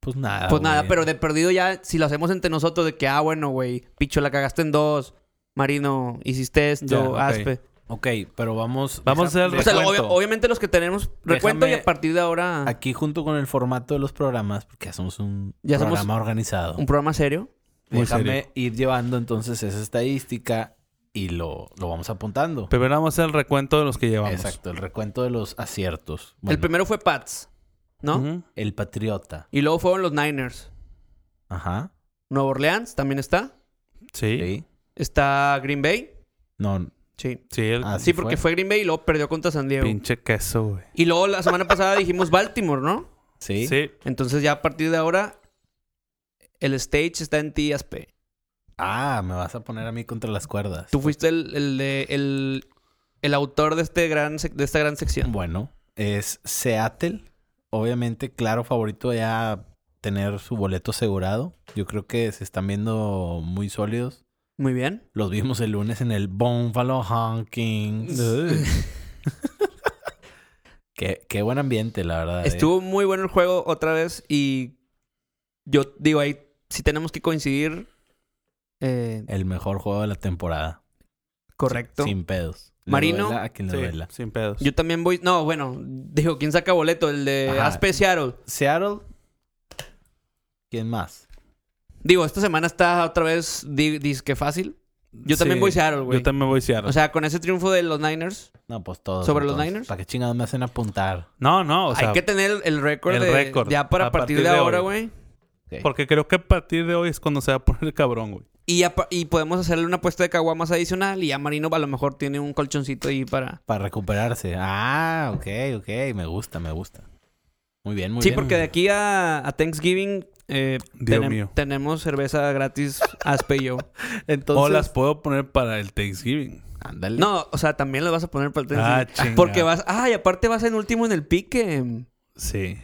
Pues Ah, nada. Pues nada, güey. pero de perdido ya, si lo hacemos entre nosotros, de que, ah, bueno, güey, Picho, la cagaste en dos, Marino, hiciste esto, Ya, ok. Aspe. Ok, pero vamos. Vamos a hacer el O sea, lo- Recuento. obvia- obviamente los que tenemos recuento Déjame- y a partir de ahora Aquí junto con el formato de los programas, porque hacemos un Ya somos- programa organizado. un programa serio. Muy Déjame serio. ir llevando entonces esa estadística y lo, lo vamos apuntando. Primero vamos a hacer el recuento de los que llevamos. Exacto, el recuento de los aciertos. Bueno, El primero fue Pats, ¿no? Ujú. el patriota. Y luego fueron los Niners. Ajá. Nueva Orleans también está. Sí. Sí, Sí. Está Green Bay. No, Sí. el así Sí, porque fue Green Bay y luego perdió contra San Diego. pinche queso, güey. Y luego la semana pasada dijimos Baltimore, ¿no? Sí. sí. Entonces ya a partir de ahora el stage está en ti, Aspe. Ah, me vas a poner a mí contra las cuerdas. Tú fuiste el, el, de- el, el autor de, este gran, sec- de esta gran sección. Bueno, es Seattle. Obviamente, claro, favorito ya tener su boleto asegurado. Yo creo que se están viendo muy sólidos. Muy bien. Los vimos el lunes en el Buffalo Hawkins. Qué, qué buen ambiente, la verdad. eh. Estuvo muy bueno el juego otra vez y yo digo ahí, si tenemos que coincidir, eh, El mejor juego de la temporada. correcto. Sin pedos. Le Marino. duela a quien le Sí, duela. sin pedos. Yo también voy, no, bueno, digo, ¿quién saca boleto? El de Ajá. Aspe Seattle. Seattle. ¿Quién más? Digo, esta semana está otra vez di- disque fácil. Yo también Sí, voy Seattle, güey. Yo también voy Seattle. O sea, con ese triunfo de los Niners, No, pues todos. ¿Sobre los Niners? ¿Para qué chingados me hacen apuntar? no, no, o sea, hay que tener el- el récord el de- récord. ya para A partir, de, partir de ahora, hoy. güey. porque creo que a partir de hoy es cuando se va a poner cabrón, güey. Y, ya pa- y podemos hacerle una apuesta de caguamas adicional y ya Marino a lo mejor tiene un colchoncito ahí para... Para recuperarse. Ah, ok, ok. Me gusta, me gusta. Muy bien, muy sí, bien. porque de aquí a, a Thanksgiving eh, Dios tenem- mío. tenemos cerveza gratis Aspe y yo. Entonces. o las puedo poner para el Thanksgiving. Ándale. No, o sea, también lo vas a poner para el Ah, Thanksgiving. chinga. porque vas... Ah, y aparte vas en último en el pique. Eh, Sí.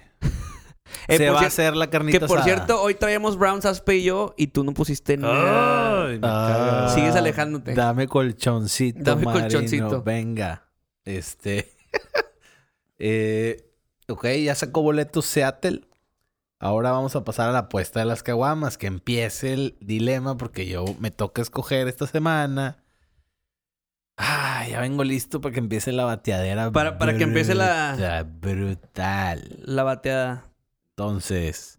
Se por va a cier- hacer la carnita Que por asada. cierto, hoy traíamos Browns Aspe y yo y tú no pusiste nada. Ay, me Ah, cagas. Sigues alejándote. Dame colchoncito. Dame Dame colchoncito. colchoncito. Venga. Este. eh, ok, ya sacó boletos Seattle. Ahora vamos a pasar a la apuesta de las caguamas. Que empiece el dilema porque yo me toca escoger esta semana. Ah, ya vengo listo para que empiece la bateadera. Para- para que empiece la- bruta, Brutal. La bateada. Entonces,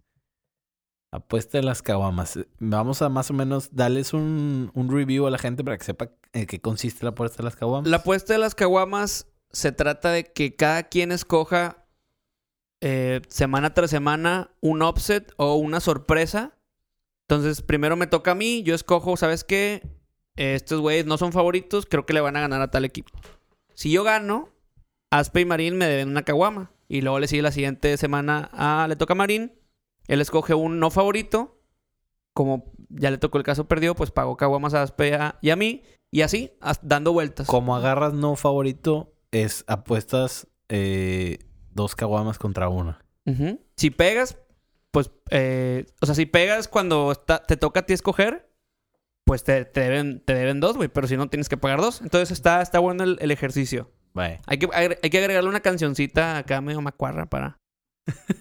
apuesta de las caguamas. Eh, Vamos a más o menos darles un, un review a la gente para que sepa en qué consiste la apuesta de las caguamas. La apuesta de las caguamas se trata de que cada quien escoja eh, semana tras semana un offset o una sorpresa. Entonces, primero me toca a mí, yo escojo, ¿sabes qué? Eh, estos güeyes no son favoritos, creo que le van a ganar a tal equipo. Si yo gano, Aspe y Marín me deben una caguama. Y luego le sigue la siguiente semana a le toca a Marín. Él escoge un no favorito. Como ya le tocó el caso perdido, pues pagó caguamas a Aspe a- y a mí. Y así, as- dando vueltas. Como agarras no favorito, es apuestas eh, dos caguamas contra una. Ujú. Si pegas, pues, eh, o sea, si pegas cuando está- te toca a ti escoger, pues te, te deben, te deben dos, güey, pero si no tienes que pagar dos. Entonces está, está bueno el, el ejercicio. Vale. Hay que, agre- hay que agregarle una cancioncita acá medio macuarra para,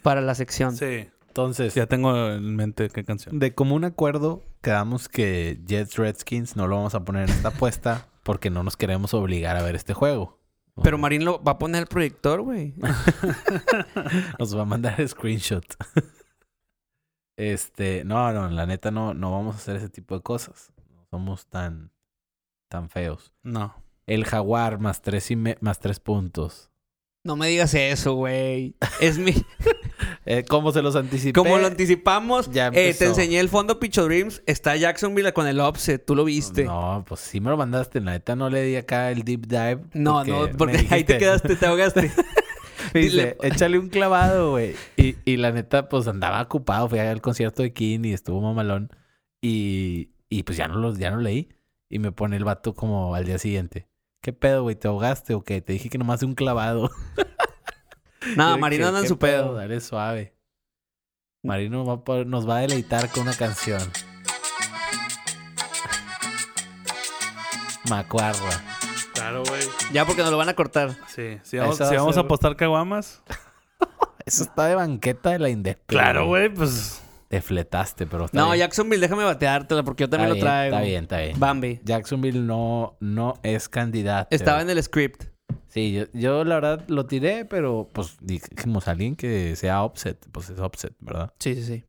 para la sección. Sí. Entonces, Ya tengo en mente qué canción. de común acuerdo, quedamos que Jets Redskins no lo vamos a poner en esta apuesta porque no nos queremos obligar a ver este juego. Pero Marín lo va a poner el proyector, güey. Nos va a mandar screenshot. Este, no, no, la neta no, no vamos a hacer ese tipo de cosas. No somos tan, tan feos. No. El jaguar más tres y me- más tres puntos. No me digas eso, güey. Es mi... Eh, ¿Cómo se los anticipé? Como lo anticipamos, Ya eh, empezó. te enseñé el fondo Picho Dreams. Está Jacksonville con el offset. Tú lo viste. No, pues sí me lo mandaste. La neta no le di acá el deep dive. No, no, me porque ahí te dijiste- quedaste, te ahogaste. me dice, échale un clavado, güey. Y, y la neta, pues andaba ocupado. Fui al concierto de King y estuvo mamalón. Y, y pues ya no los, ya no leí. Y me pone el vato como al día siguiente. ¿Qué pedo, güey? ¿Te ahogaste o qué? Te dije que nomás de un clavado. No, Yo Marino dije, anda en "¿Qué su pedo. Dale suave. Marino va a poder- nos va a deleitar con una canción. Macuarra. Claro, güey. Ya porque nos lo van a cortar. Sí. Si vamos, Eso va si a vamos a ser- apostar caguamas. Eso está de banqueta de la Indep. Claro, güey, pues. Te fletaste, pero está No, bien. Jacksonville, déjame bateártela porque yo también Está lo bien, traigo. Está bien, está bien. Bambi. Jacksonville no, no es candidato. Estaba en el script. Sí, yo, yo la verdad lo tiré, pero pues dijimos a alguien que sea offset. Pues es offset, ¿verdad? Sí, sí, sí.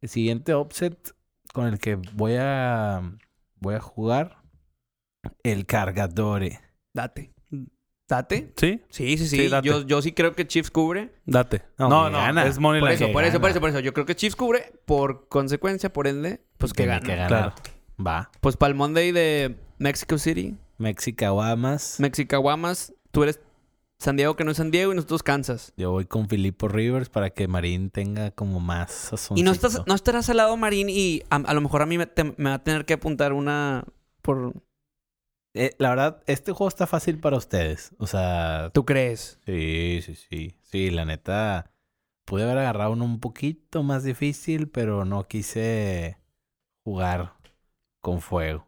El siguiente offset con el que voy a, voy a jugar, el Cargadore. Date. ¿Date? Sí, Sí, sí, sí. Sí, date. yo, yo sí creo que Chiefs cubre. date. No, No, no, que gana. es Money Por Line. eso, pues, que por eso, gana. por eso, por eso. Yo creo que Chiefs cubre. Por consecuencia, por ende, pues que Tiene gana. Que Claro. ganar. Va. Pues para el Monday de Mexico City, Mexicahuamas. Mexicahuamas, tú eres San Diego que no es San Diego y nosotros Kansas. Yo voy con Filipo Rivers para que Marín tenga como más sazoncito. Y no, estás, no estarás al lado Marín y a, a lo mejor a mí me, te- me va a tener que apuntar una por... Eh, la verdad, este juego está fácil para ustedes. O sea, ¿Tú crees? Sí, sí, sí. Sí, la neta. Pude haber agarrado uno un poquito más difícil, pero no quise jugar con fuego.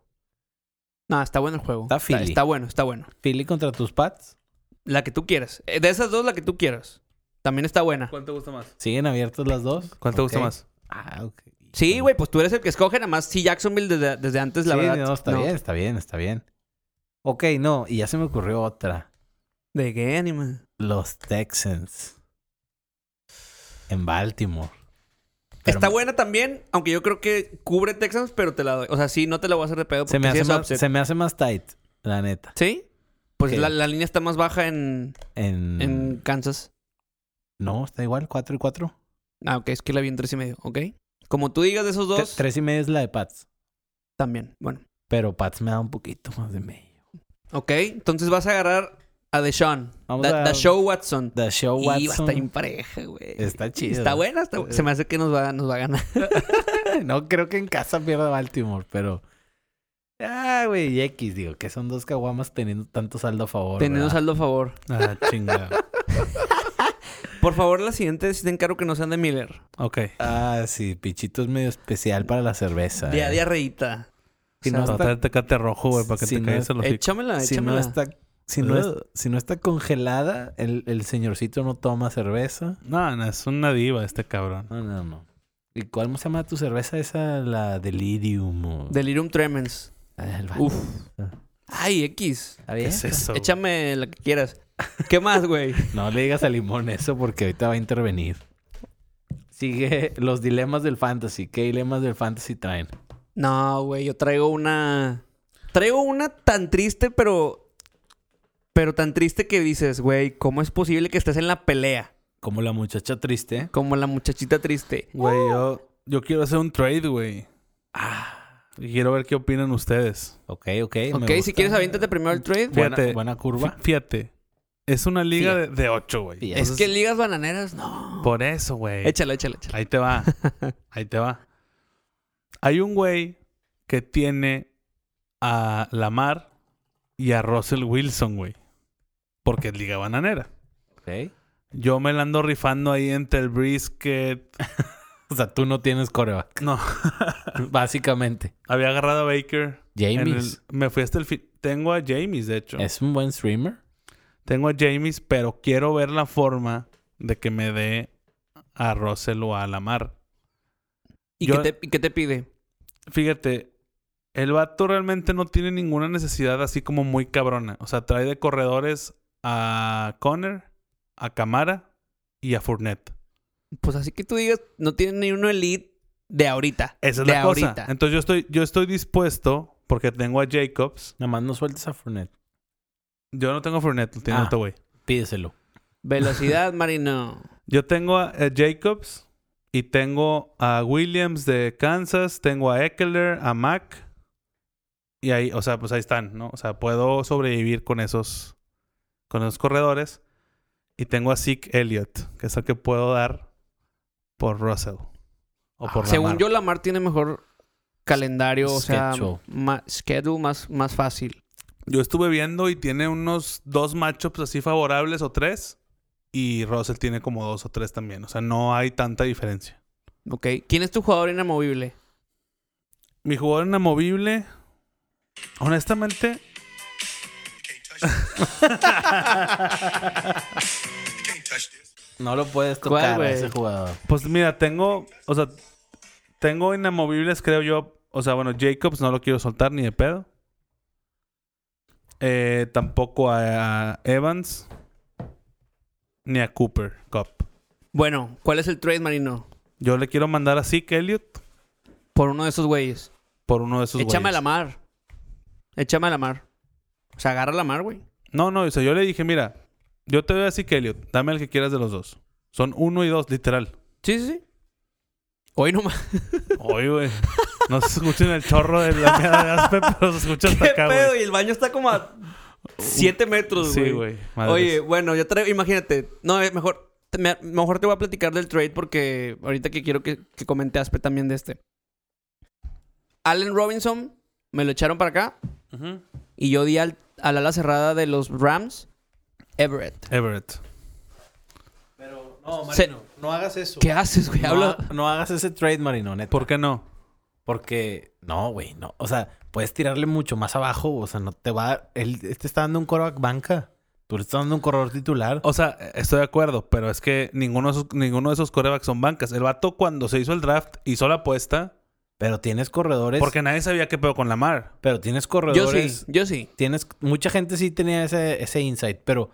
No, está bueno el juego. Está Philly. está bueno, está bueno. Philly contra tus Pats. La que tú quieras. Eh, De esas dos, la que tú quieras. También está buena. ¿Cuál te gusta más? ¿Siguen abiertas las dos? ¿Cuál te gusta Ok. más? Ah, ok. Sí, güey, pues tú eres el que escoge. Nada más, sí, Jacksonville desde, desde antes, la Sí, verdad. no, está bien, está bien, está bien. Ok, no, y ya se me ocurrió otra. ¿De qué anime? Los Texans. En Baltimore. Pero Está me- buena también, aunque yo creo que cubre Texans, pero te la doy. O sea, sí, no te la voy a hacer de pedo. Se me, porque sí hace es más, upset. se me hace más tight, la neta. ¿Sí? Pues Ok. Mm. la, la línea está más baja en, En... en Kansas. No, está igual, 4 y 4. Ah, ok, es que la vi en tres y medio, ok. Como tú digas de esos dos, 3 y medio es la de Pats. también. Bueno, Pero Pats me da un poquito más de medio. ok. Entonces vas a agarrar a Deshaun. Vamos Da- a- Dashaun Watson. The Show Y va a Watson. estar bien pareja, güey. Está chido. Está buena, está bu- Se me hace que nos va, nos va a ganar. no creo que en casa pierda Baltimore, pero... Ah, güey, X, digo, que son dos caguamas teniendo tanto saldo a favor. Teniendo ¿verdad? saldo a favor. Ah, chingada. Por favor, la siguiente sí te encargo que no sean de Miller. ok. Ah, sí, Pichito es medio especial para la cerveza. De eh. a diarreíta. Si O sea, no está- Tratar de tecate rojo, güey, para que Si te no caigas es- el hocico. échamela, échamela. si no está si no, es- Ugh. si no está congelada, el, el señorcito no toma cerveza. No, no, es una diva este cabrón. No, no, no. ¿Y cuál se llama tu cerveza esa? La Delirium. o- Delirium Tremens. Ah, el- Ah, Uf. Ay, X. ¿Está ¿Qué bien? es eso? güey? Échame la que quieras. ¿Qué más, güey? No le digas a Limón eso porque ahorita va a intervenir. Sigue los dilemas del fantasy. ¿Qué dilemas del fantasy traen? No, güey, yo traigo una. Traigo una tan triste, pero. Pero tan triste que dices, güey, ¿cómo es posible que estés en la pelea? Como la muchacha triste. Como la muchachita triste. Güey, yo, yo quiero hacer un trade, güey. Y quiero ver qué opinan ustedes. Ok, ok. me ok, gusta. si quieres, aviéntate primero el trade. Fíjate. Buena, buena curva. Fí- Fíjate, es una liga de, de ocho, güey. Fíjate. Es que ligas bananeras, no. Por eso, eh, güey. Échalo, échalo, échalo. Ahí te va. Ahí te va. Hay un güey que tiene a Lamar y a Russell Wilson, güey. Porque es liga bananera. Ok. Yo me la ando rifando ahí entre el brisket. O sea, tú no tienes coreback. No, Básicamente. había agarrado a Baker. en el- James. me fui hasta el fin. Tengo a James, de hecho. Es un buen streamer. Tengo a James, pero quiero ver la forma de que me dé a Russell o a Lamar. ¿Y Yo- qué, te, y qué te pide? Fíjate, el vato realmente no tiene ninguna necesidad así como muy cabrona. O sea, trae de corredores a Conner, a Camara y a Fournette. Pues así que tú digas, no tiene ni uno elite de ahorita. Esa es de la cosa. ahorita. Entonces yo estoy, yo estoy dispuesto, porque tengo a Jacobs. Nada más no sueltes a Fournette. Yo no tengo a Fournette, lo tiene Ah. otro güey. Pídeselo. Velocidad, Marino. Yo tengo a, a Jacobs y tengo a Williams de Kansas, tengo a Eckler, a Mack. Y ahí, o sea, pues ahí están, ¿no? O sea, puedo sobrevivir con esos, con esos corredores. Y tengo a Zeke Elliott, que es el que puedo dar por Russell. O por Según Lamar. yo, Lamar tiene mejor calendario, o sea, Schedule. ma- schedule más, más fácil. Yo estuve viendo y tiene unos dos matchups así favorables o tres. Y Russell tiene como dos o tres también. O sea, no hay tanta diferencia. Ok. ¿Quién es tu jugador inamovible? Mi jugador inamovible. Honestamente. No lo puedes ¿Cuál, tocar a güey? ese jugador. Pues mira, tengo. O sea, tengo inamovibles, creo yo. O sea, bueno, Jacobs no lo quiero soltar ni de pedo. Eh, tampoco a, a Evans. Ni a Cooper Cup. Bueno, ¿cuál es el trade, Marino? Yo le quiero mandar a Zeke Elliott Por uno de esos güeyes. por uno de esos Échame a güeyes. Lamar. Échame a Lamar. O sea, agarra a Lamar, güey. No, no, o sea, yo le dije, mira, yo te doy a Zeke Elliott. Dame el que quieras de los dos. Son uno y dos, literal. Sí, sí, sí. Hoy nomás. Oye, güey. No se escucha en el chorro de la mierda de Aspe, pero se escucha hasta acá, güey. Uh, Y el baño está como a 7 metros, Sí, güey. Madres. Oye, bueno, yo traigo, imagínate, no, eh, mejor, te- me- mejor te voy a platicar del trade porque ahorita que quiero que, que comente Aspe también de este. Allen Robinson me lo echaron para acá Ujú. y yo di al, al ala cerrada de los Rams, Everett. Everett. Pero no, Marino, no hagas eso. ¿Qué haces, güey? No, Habla. ha- no hagas ese trade, Marino, neta. ¿Por qué no? Porque, no, güey, no. O sea, puedes tirarle mucho más abajo. O sea, no te va a... dar- él- este está dando un coreback banca. Tú le estás dando un corredor titular. O sea, estoy de acuerdo, pero es que ninguno de esos, ninguno de esos corebacks son bancas. El vato cuando se hizo el draft hizo la apuesta Pero tienes corredores. porque nadie sabía qué pedo con Lamar. Pero tienes Yo sí, corredores. yo sí. Tienes. Mucha gente sí tenía ese, ese insight, pero,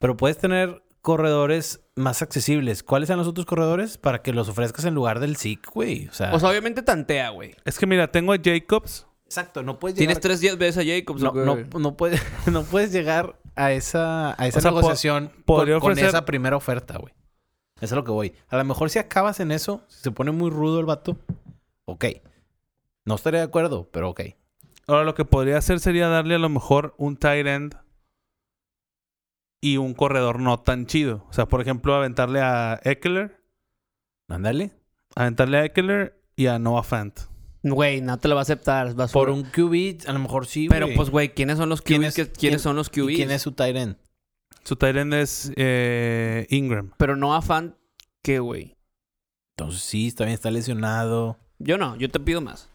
pero puedes tener corredores más accesibles. ¿Cuáles sean los otros corredores? Para que los ofrezcas en lugar del SIC, güey. O sea, Ah. O sea, obviamente tantea, güey. Es que mira, tengo a Jacobs. exacto, no puedes Tienes tres días veces a Jacobs. No, ¿o qué? no, no puedes, no puedes llegar a esa, a esa sea, po- negociación con, podría con ofrecer- esa primera oferta, güey. Eso es lo que voy. A lo mejor si acabas en eso, si se pone muy rudo el vato, ok. No estaría de acuerdo, pero ok. Ahora lo que podría hacer sería darle a lo mejor un tight end y un corredor no tan chido. O sea, por ejemplo, aventarle a Eckler, Ándale. aventarle a Eckler y a Noah Fant. Güey, no te lo va a aceptar. es basura. Por un QB, a lo mejor sí, Pero güey. pues, güey, ¿quiénes son los QBs? ¿Quién que- es- ¿Quiénes quién- son los ¿Y QBs? quién es su tight end? Su tight end es eh, Ingram. Pero no a fan que, güey. Entonces sí, está bien, está lesionado. Yo no, yo te pido más.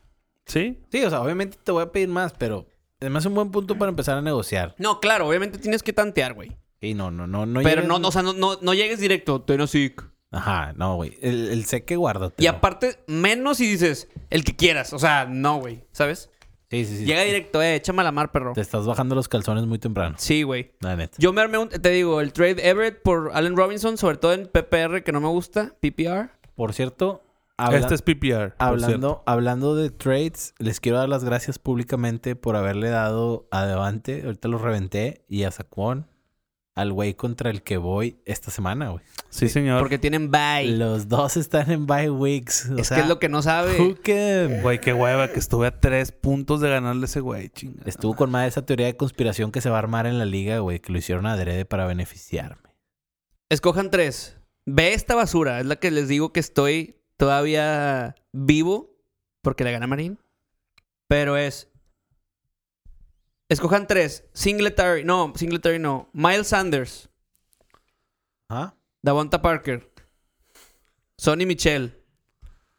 ¿Sí? Sí, o sea, obviamente te voy a pedir más, pero además es un buen punto para empezar a negociar. No, claro, obviamente tienes que tantear, güey. Y no, no, no, no. Pero llegues- no, no, o sea, no, no, no llegues directo. Tú no sick. Ajá, no, güey. El, el seque guárdate. Y aparte, menos si dices el que quieras. O sea, no, güey. ¿Sabes? Sí, sí, sí. Llega directo, eh, échame a la mar, perro. Te estás bajando los calzones muy temprano. Sí, güey. La neta. Yo me armé un, te digo, el trade Everett por Allen Robinson, sobre todo en PPR que no me gusta, PPR. Por cierto, habla- este es PPR. por cierto. hablando, hablando de trades, les quiero dar las gracias públicamente por haberle dado a Devante, ahorita lo reventé, y a Saquon, al güey contra el que voy esta semana, güey. Sí, señor. Porque tienen bye. Los dos están en bye weeks. O Es sea, que es lo que no sabe. hook 'em. Güey, qué hueva que estuve a tres puntos de ganarle a ese güey, chinga. Estuvo con más esa teoría de conspiración que se va a armar en la liga, güey, que lo hicieron adrede para beneficiarme. Escojan tres. Ve esta basura. Es la que les digo que estoy todavía vivo porque le gana Marín. Pero es. Escojan tres. Singletary. No, Singletary no. Miles Sanders. Ajá. Davonta Parker. Sonny Michel.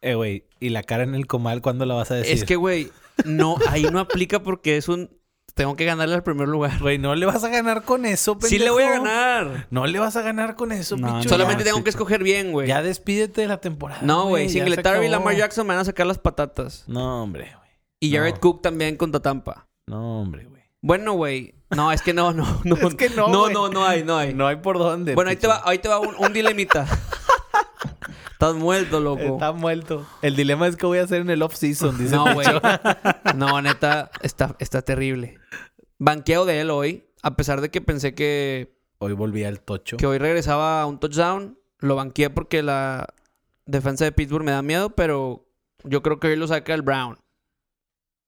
Eh, güey, y la cara en el comal, ¿cuándo la vas a decir? Es que, güey, no, ahí no aplica porque es un. Tengo que ganarle al primer lugar. güey, no le vas a ganar con eso, Sí le voy a pendejo. ganar. No le vas a ganar con eso, No, picho. no. Solamente ya, tengo sí, que escoger bien, güey. Ya despídete de la temporada. No, güey. ya se Singletary y acabó. Lamar Jackson me van a sacar las patatas. No, hombre, güey. Y Jared No. Cook también contra Tampa. No, hombre, güey. Bueno, güey. No, es que no, no, no. Es que no, No, güey. no, no hay, no hay. No hay por dónde. bueno, ahí te picho. va, ahí te va un, un dilemita. Estás muerto, loco. Está muerto. El dilema es que voy a hacer en el off-season, dice. No, güey. No, neta, está, está terrible. Banqueo de él hoy, a pesar de que pensé que Hoy volví al tocho. que hoy regresaba a un touchdown. Lo banqué porque la defensa de Pittsburgh me da miedo, pero yo creo que hoy lo saca el Brown.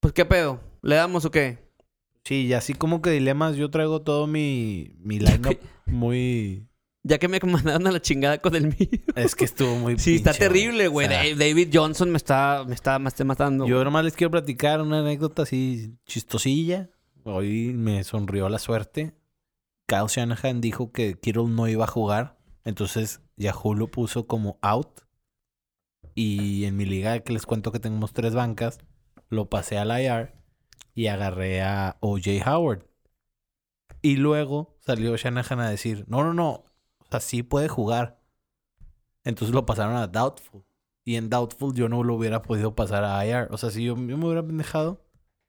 Pues qué pedo, ¿le damos o qué? Sí, y así como que dilemas, yo traigo todo mi, mi line-up muy... Ya que me mandaron a la chingada con el mío. Es que estuvo muy Sí, está pinche, terrible, güey. O sea, Da- David Johnson me está, me está, me está matando. Yo nomás les quiero platicar una anécdota así chistosilla. Hoy me sonrió la suerte. Kyle Shanahan dijo que Kittle no iba a jugar. Entonces Yahoo lo puso como out. Y en mi liga, que les cuento que tenemos tres bancas, lo pasé al IR y agarré a OJ Howard. Y luego salió Shanahan a decir, no, no, no, o sea, sí puede jugar. Entonces lo pasaron a Doubtful. Y en Doubtful yo no lo hubiera podido pasar a IR. O sea, si yo, yo me hubiera pendejado.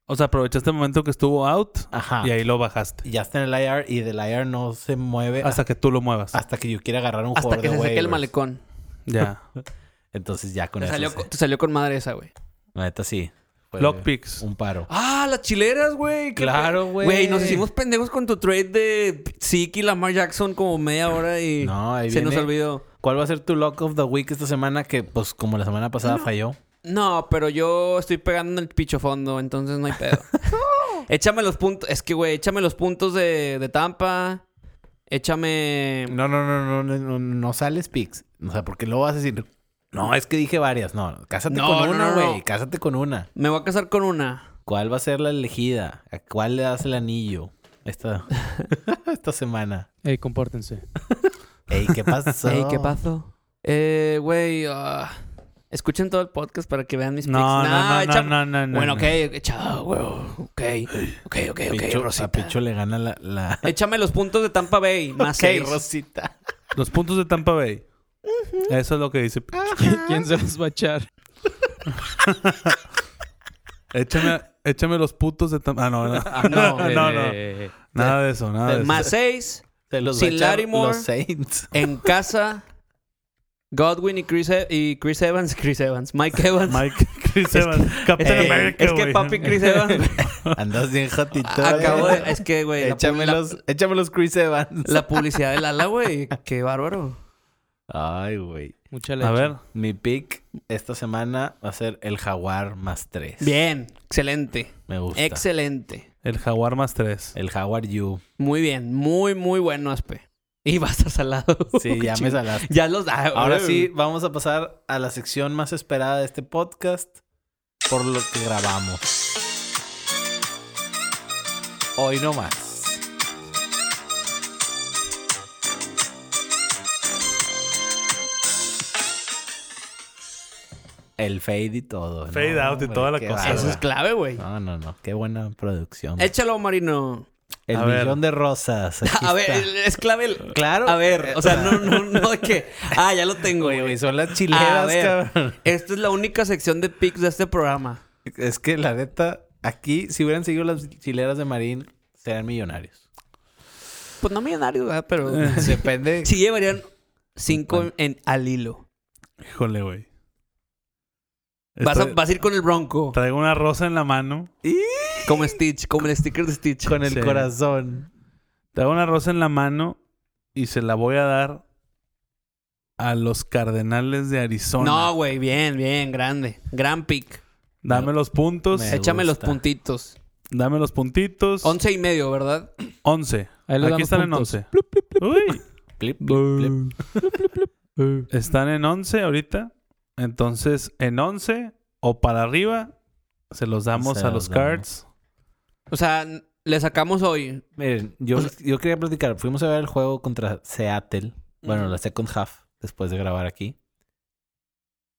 O sea, aprovechaste el momento que estuvo out Ajá. Ah. y ahí lo bajaste. Y ya está en el IR y del IR no se Eh, mueve hasta, Hasta ah. que tú lo muevas. hasta que yo quiera agarrar un Hasta jugador que de se saque el waivers. malecón. Ya. Entonces ya con Te eso. salió, se- con- te salió con madre esa, güey. La neta sí. Fue Lockpicks. Un paro. Ah, las chileras, güey. Qué Claro, pe- güey. Güey, nos hicimos pendejos con tu trade de Zeke y Lamar Jackson como media hora y No, ahí se nos viene- olvidó. ¿Cuál va a ser tu lock of the week esta semana? Que pues como la semana pasada falló. No, pero yo estoy pegando en el picho fondo, entonces no hay pedo. échame los puntos. Es que, güey, échame los puntos de, de Tampa. Échame. No, no, no, no, no, no, no sales picks. O sea, porque luego vas a decir. No, es que dije varias. No, no, cásate No, con no, una, no, no. güey. Cásate con una. Me voy a casar con una. ¿Cuál va a ser la elegida? ¿A cuál le das el anillo? Esta, esta semana. Ey, compórtense. Ey, ¿qué pasó? Ey, ¿qué pasó? Eh, güey. ah, Escuchen todo el podcast para que vean mis picks. No, no, Nah, no, echa- no, no, no, no. Bueno, no. ok, ok, chao, huevo. Ok, ok, ok, ok, Picho- Rosita. a Picho le gana la... la... Échame los puntos de Tampa Bay, más Ok, seis. Rosita. Los puntos de Tampa Bay. Eso es lo que dice. ¿Qui- ¿Quién se los va a echar? Échame, échame los putos de Tampa Ah, no, no. no, Ah, no, no, Eh, Nada de eso, nada de eso. más seis. Se los Sin va a echar Larimore. los Saints. En casa, Godwin y Chris, E- y Chris Evans. Chris Evans. Mike Evans. Mike Chris Evans. es, Captain que, America, es que güey. papi Chris Evans güey, Andas bien jatito. acabó eh. de... Es que, güey, la, échame, pu- la- los, échame los Chris Evans. la publicidad del ala, güey. Qué bárbaro. Ay, güey. Mucha leche. A ver. Mi pick esta semana va a ser el Jaguar más tres. Bien. Excelente. Me gusta. Excelente. El Jaguar más tres. El Jaguar U. Muy bien. Muy, muy bueno, Aspe. Y va a estar salado. Sí, ya me salaste. Ya los... ah, Ahora güey. sí, vamos a pasar a la sección más esperada de este podcast. Por lo que grabamos. Hoy no más. El fade y todo. Fade No, out y hombre, toda la qué cosa. bárbaro. Eso es Eh, clave, güey. No, no, no. Qué buena producción. Échalo, Marino. El A ver. millón de rosas. aquí A ver, está. es clave el... claro. A ver, o sea, no, no, no, es que... Ah, ya lo tengo, Güey, güey. güey, son las A chileras, ver. cabrón. Esta es la única sección de pics de este programa. Es que la neta, aquí, si hubieran seguido las chileras de Marín, serían millonarios. Pues no millonarios, ¿verdad? Pero Depende. sí llevarían cinco en, al hilo. Híjole, güey. Vas a, Estoy- vas a ir con el Bronco, Traigo una rosa en la mano. como Stitch, como el sticker de Stitch. Con el Sí. corazón. Traigo una rosa en la mano y se la voy a dar a los Cardenales de Arizona. No, güey, bien, bien, grande. Gran pick. Dame los puntos. Me- Échame los gusta. puntitos. Dame los puntitos. Once y medio, ¿verdad? 11. Ahí les Aquí damos están puntos. en 11. Plip, plip, plip. Uy. están en 11 ahorita. Entonces, en 11 o para arriba, se los damos Se a los los cards. O sea, n- le sacamos hoy. Miren, yo, yo quería platicar. Fuimos a ver el juego contra Seattle. Bueno, la second half, después de grabar aquí.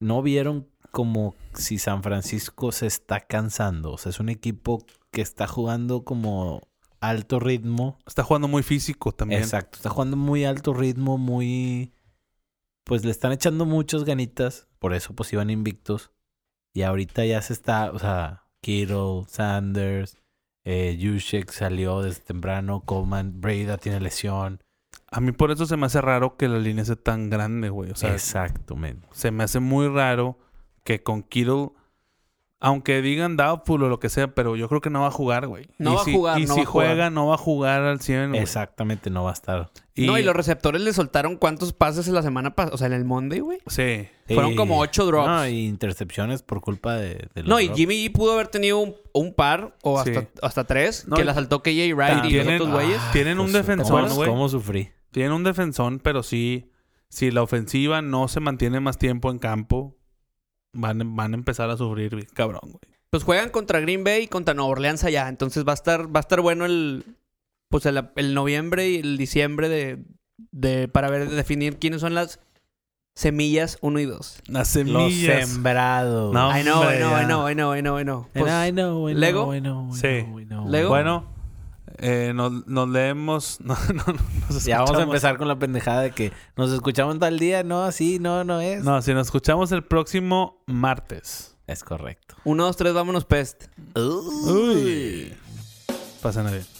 No vieron como si San Francisco se está cansando. O sea, es un equipo que está jugando como alto ritmo. Está jugando muy físico también. Exacto, está jugando muy alto ritmo, muy... Pues le están echando muchas ganitas, por eso pues iban invictos. Y ahorita ya se está, o sea, Kittle, Sanders, eh, Juszczyk salió desde temprano, Coleman, Breda tiene lesión. A mí por eso se me hace raro que la línea sea tan grande, güey. O sea, Exactamente. se me hace muy raro que con Kittle, aunque digan Doubtful o lo que sea, pero yo creo que no va a jugar, güey. No Y va a si- jugar, Y no si va a jugar. juega, no va a jugar al 100, güey. Exactamente, no va a estar. No, y los receptores le soltaron cuántos pases en la semana pasada. O sea, en el Monday, güey. Sí. Fueron Y- como ocho drops. No, y intercepciones por culpa de, de los No, y drops. Jimmy G pudo haber tenido un, un par o hasta, Sí. hasta tres No, que y- la saltó KJ Wright y los Tienen- otros güeyes. Ah, Tienen un Pues, defensor, ¿cómo- güey. ¿Cómo sufrí? Tienen un defensón, pero sí, si la ofensiva no se mantiene más tiempo en campo, van, van a empezar a sufrir, bien cabrón, güey. Pues juegan contra Green Bay y contra Nueva Orleans allá. Entonces va a estar, va a estar bueno el pues el, el noviembre y el diciembre de, de para ver definir quiénes son las semillas 1 y 2. Las Los semillas. sembrados. No, I know, I hombre, know, ya. I know, I know, I know, I know. And Pues, I know, I know, ¿Lego? I know, I Sí. know, I know. ¿Lego? Bueno, eh, nos, nos leemos. No, no, no, nos Ya vamos a escuchamos. empezar con la pendejada de que nos escuchamos tal día, no, así, no, no es. No, si nos escuchamos el próximo martes. Es correcto. 1, 2, 3, vámonos, pest. Uy. Pasen bien.